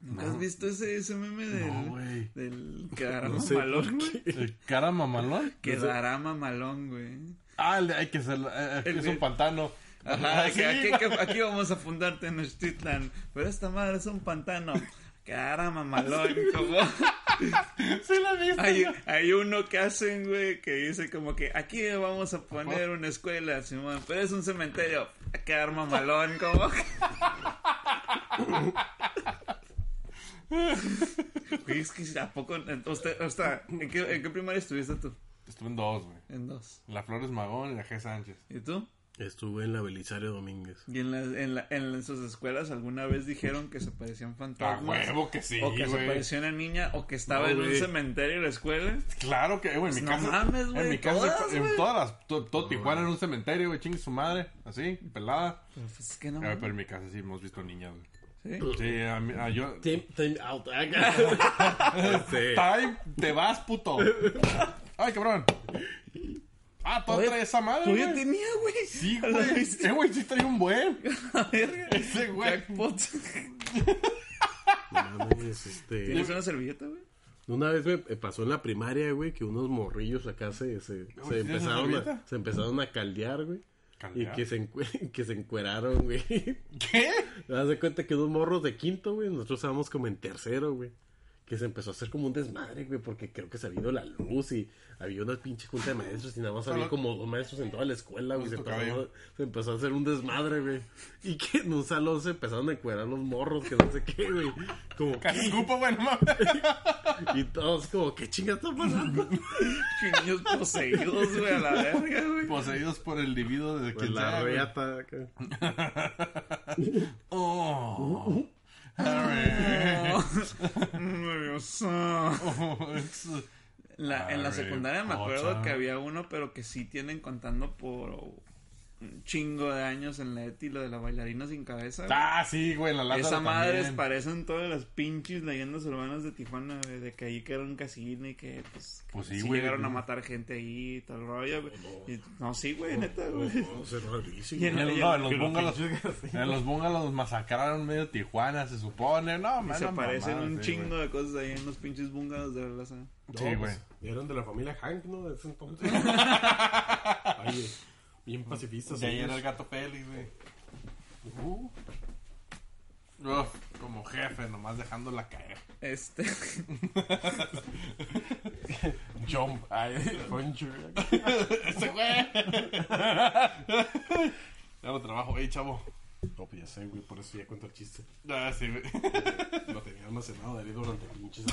¿Nunca
No.
has visto ese, ese meme del,
No, güey.
del caramba
No sé
malón,
por
güey?
qué.
¿El cara mamalón?
Quedarama malón, güey.
Ah, el de- hay que ser. eh,
El
es
de-
un pantano.
Ajá,
Ah,
que
sí,
aquí,
güey.
que aquí vamos a fundar Tenochtitlan, pero esta madre es un pantano. Caramba malón, como...
Sí, la viste.
Hay, hay uno que hacen, güey, que dice como que aquí vamos a poner una escuela, Simón, pero es un cementerio. Ah, Qué arma malón, como. Güey, es que a poco. Usted, usted, ¿en, qué, ¿En qué primaria estuviste tú?
Estuve en dos, güey.
En dos.
La Flores Magón y la G. Sánchez.
¿Y tú?
Estuve en la Belisario Domínguez.
¿Y en, las en, la- en sus escuelas alguna vez dijeron que se parecían
A
fantasmas?
Ah, huevo que sí,
o que se
güey.
parecía una niña, o que estaba
No,
en un
güey.
cementerio en la escuela.
Claro que, eh, güey, en mi
No
casa.
mames, güey,
En mi casa,
todas,
en
güey.
todas las. to- Todo Tijuana en un cementerio, güey, chingue su madre. Así, pelada.
Pero pues es que no.
Eh, pero
mames.
en mi casa sí hemos visto niñas, güey.
¿Sí?
Sí, a mí, a yo.
Tim, Tim out. Este,
Time, te vas, puto. Ay, cabrón. Ah, tú
Oye,
traes esa madre,
Tú ya
güey.
tenía, güey.
Sí,
A la
güey.
bestia.
Eh, güey, sí trae un buen.
A ver,
Ese güey.
Jackpot.
no mames, este,
¿Tienes una servilleta, güey?
Una vez me pasó en la primaria, güey, que unos morrillos acá se, se, se
¿sí tienes
empezaron,
servilleta?
a, se empezaron a caldear, güey.
¿Caldear?
Y que se, encu- que se encueraron, güey.
¿Qué?
Te das de cuenta que unos morros de quinto, güey, nosotros estábamos como en tercero, güey. que se empezó a hacer como un desmadre, güey, porque creo que se había ido la luz y había una pinche junta de maestros y nada más había como dos maestros en toda la escuela, güey. Se
Justo
empezó, a,
cabello.
se empezó a hacer un desmadre, güey. Y que en un salón se empezaron a encuerar los morros, que no sé qué, güey. Como,
Casi escupo, güey, no mames.
y todos como, ¿qué chinga está pasando?
Que niños poseídos, güey, a la verga, güey.
Poseídos por el libido de
Pues
quien
la
sea, güey.
reata acá.
Oh. Harry.
Nervioso.
Oh, it's-
La- en la
Harry
secundaria me acuerdo
Potter.
que había uno, pero que sí tienen contando por un chingo de años en la ETI, lo de la bailarina sin cabeza. güey.
Ah, sí, güey, la lata
Esa madre es parecen todas las pinches leyendas urbanas de Tijuana, güey, de que ahí que era un casino y que pues, que
Pues sí,
sí
güey.
llegaron a matar gente ahí y tal rollo, güey.
No.
Y- No, sí, güey, neta, güey.
No, se rarísimo.
Y en-
No, en los
Que lo
bungalows.
pinches así.
En los bungalows los masacraron medio Tijuana, se supone. No,
Y
man,
se
no
parecen
mamadas,
un
sí,
chingo de cosas ahí en los pinches bungalows de la raza.
No,
Sí, güey.
pues, eran de la familia Hank, ¿no? De ese entonces. Oye, bien pacifistas.
güey. De ahí
ellos.
era el gato Peli, güey. Uh. Uf, como jefe, nomás dejándola caer.
Este.
Jump. Ay,
Poncho.
ese güey. Ya lo trabajo, ey, chavo.
No, pues ya sé, güey, por eso ya cuento el chiste.
Ah, sí, güey.
Lo tenía almacenado de ahí durante pinches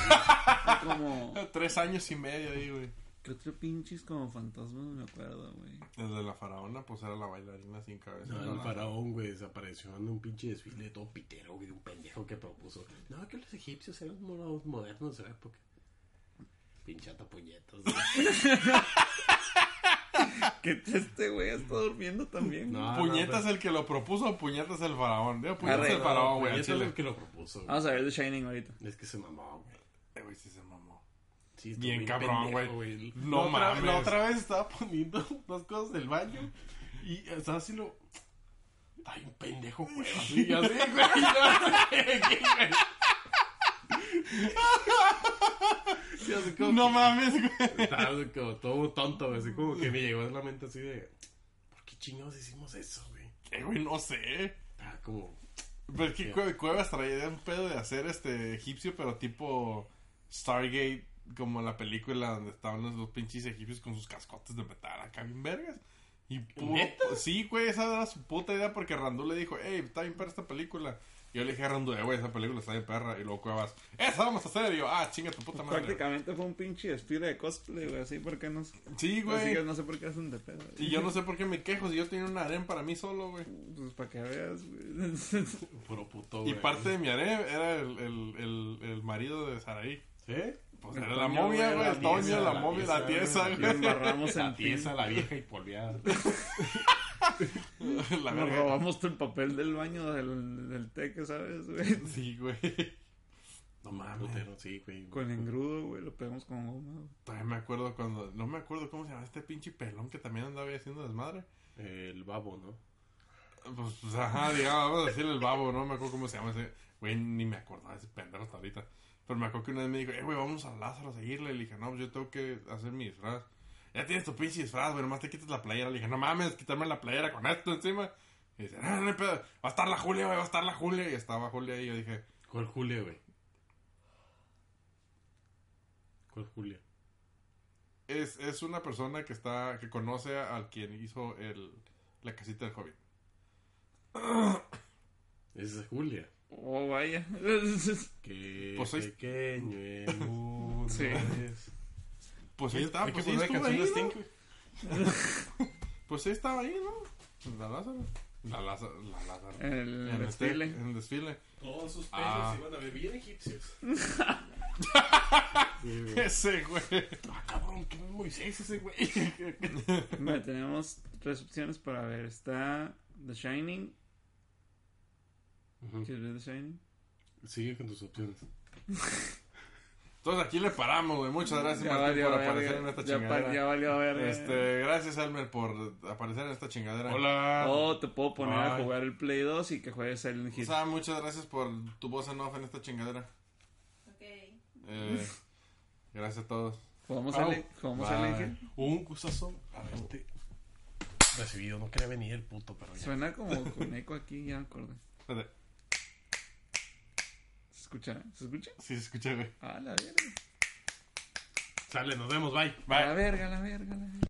como.
Tres años y medio ahí, güey.
¿Qué otro pinches como fantasmas me acuerdo, güey?
El de la faraona, pues era la bailarina sin cabeza.
Ah, No,
Era
el
la-
faraón, güey, desapareció en un pinche desfile todo pitero, güey, de un pendejo que propuso. No, que los egipcios eran mo- modernos de su época. Pinchata puñetas, güey.
¿Qué este güey está durmiendo también?
No, no,
güey?
Ah, Puñetas
pero-
el que lo propuso o puñetas el faraón. Digo, puñetas
Arre,
el faraón, güey. al
Puñetas
chile.
el que lo propuso, güey.
Vamos a ver The Shining ahorita.
Es que se mamó, güey.
Eh, güey, sí se mamó.
Sí, estuvo
Bien cabrón,
pendejo,
güey.
La
No
otra- La
mames.
otra vez estaba poniendo dos cosas del baño y estaba así lo. Ay, un pendejo, güey. Así, así, güey. Y así como
No mames, güey.
que- estaba como todo tonto, güey. Así como que me llegó a la mente así de. ¿Por qué chingados hicimos eso, güey?
Eh, güey, no sé.
Estaba como.
Pero es que Cue- Cuevas traía un pedo de hacer este egipcio, pero tipo Stargate, como la película donde estaban los dos pinches egipcios con sus cascotes de metal acá bien vergas. Y puro-
¿Neta?
sí, güey, esa era su puta idea porque Randú le dijo, hey, está bien perra esta película. Y yo le dije a Randú, eh, güey, esa película está bien perra. Y luego Cuevas, esa vamos a hacer. Y yo, ah, chinga tu puta madre.
Prácticamente fue un pinche desfile de cosplay, güey. Así porque no. Así
Sí,
que
güey.
no sé por qué hacen de pedo.
Y yo no sé por qué me quejo si yo tenía un harem para mí solo, güey.
Pues para que veas, güey.
Puro puto,
Y
güey.
parte de mi harem era el, el, el, el marido de Saraí.
¿Eh?
Pues
El
era la
Toño,
momia,
güey,
güey.
la
El Toño,
tiesa,
la
la
momia, la
tiesa,
tiesa,
güey.
Nos
güey.
barramos en
La tiesa,
pinche.
la vieja y polveada.
La
Nos
verga.
robamos el papel del baño del, del teque, ¿sabes, güey?
Sí, güey.
No mames. Putero, sí, güey.
Con engrudo, güey. Lo pegamos con goma, güey.
Todavía me acuerdo cuando. No me acuerdo cómo se llama este pinche pelón que también andaba ahí haciendo desmadre.
El babo, ¿no?
Pues, pues, ajá, digamos, vamos a decirle el babo, ¿no? Me acuerdo cómo se llama ese. Güey, ni me acordaba de ese pendejo hasta ahorita. Pero me acuerdo que una vez me dijo, eh, güey, vamos a Lázaro a seguirle. Le dije, no, pues yo tengo que hacer mi disfraz. Ya tienes tu pinche disfraz, güey, nomás te quitas la playera. Le dije, no mames, quitarme la playera con esto encima. Y dice, no, no hay pedo. Va a estar la Julia, güey, va a estar la Julia. Y estaba Julia y yo dije,
¿Cuál Julia, güey? ¿Cuál Julia?
Es, es una persona que está que conoce al quien hizo el, la casita del hobbit.
Esa es Julia.
Oh, vaya.
Qué
Pues ahí-
pequeño el mundo
Sí.
es.
Pues ahí
Hay
estaba,
que
pues ahí
poner
estuvo
canciones
ahí, ¿no?
Sting, güey.
Pues ahí estaba ahí, ¿no? La Lázaro. La Lázaro. La Lázaro.
El
En este-
desfile.
en el desfile.
Todos sus peces
Ah.
iban a ver bien egipcios.
Ese, güey.
Ah, cabrón, ¿qué es Moisés ese güey?
Bueno, tenemos tres opciones para ver. Está The Shining. ¿Quieres ver The Shining?
Sigue con tus opciones.
Entonces aquí le paramos, güey. Muchas gracias,
Ya
Martín,
valió
por aparecer en
verga.
esta
Ya, pa- ya
chingadera.
valió verga.
Este, gracias, Elmer, por aparecer en esta chingadera.
Hola.
Oh, te puedo poner a
Ay.
jugar el Play 2 y que juegues Silent Hill.
Sam, muchas gracias por tu voz en off en esta chingadera.
Ok.
Eh, gracias a todos.
¿Jugamos,
Au.
Silent- jugamos
Bye.
Silent Hill?
Un gustazo haberte recibido. No quería venir el puto, pero ya.
Suena como con eco aquí, ya me acordé.
Espérate.
Se escucha? ¿Se escucha?
Sí, se escucha, güey.
A la verga.
Sale, nos vemos, bye.
A la verga, a la verga, a la verga.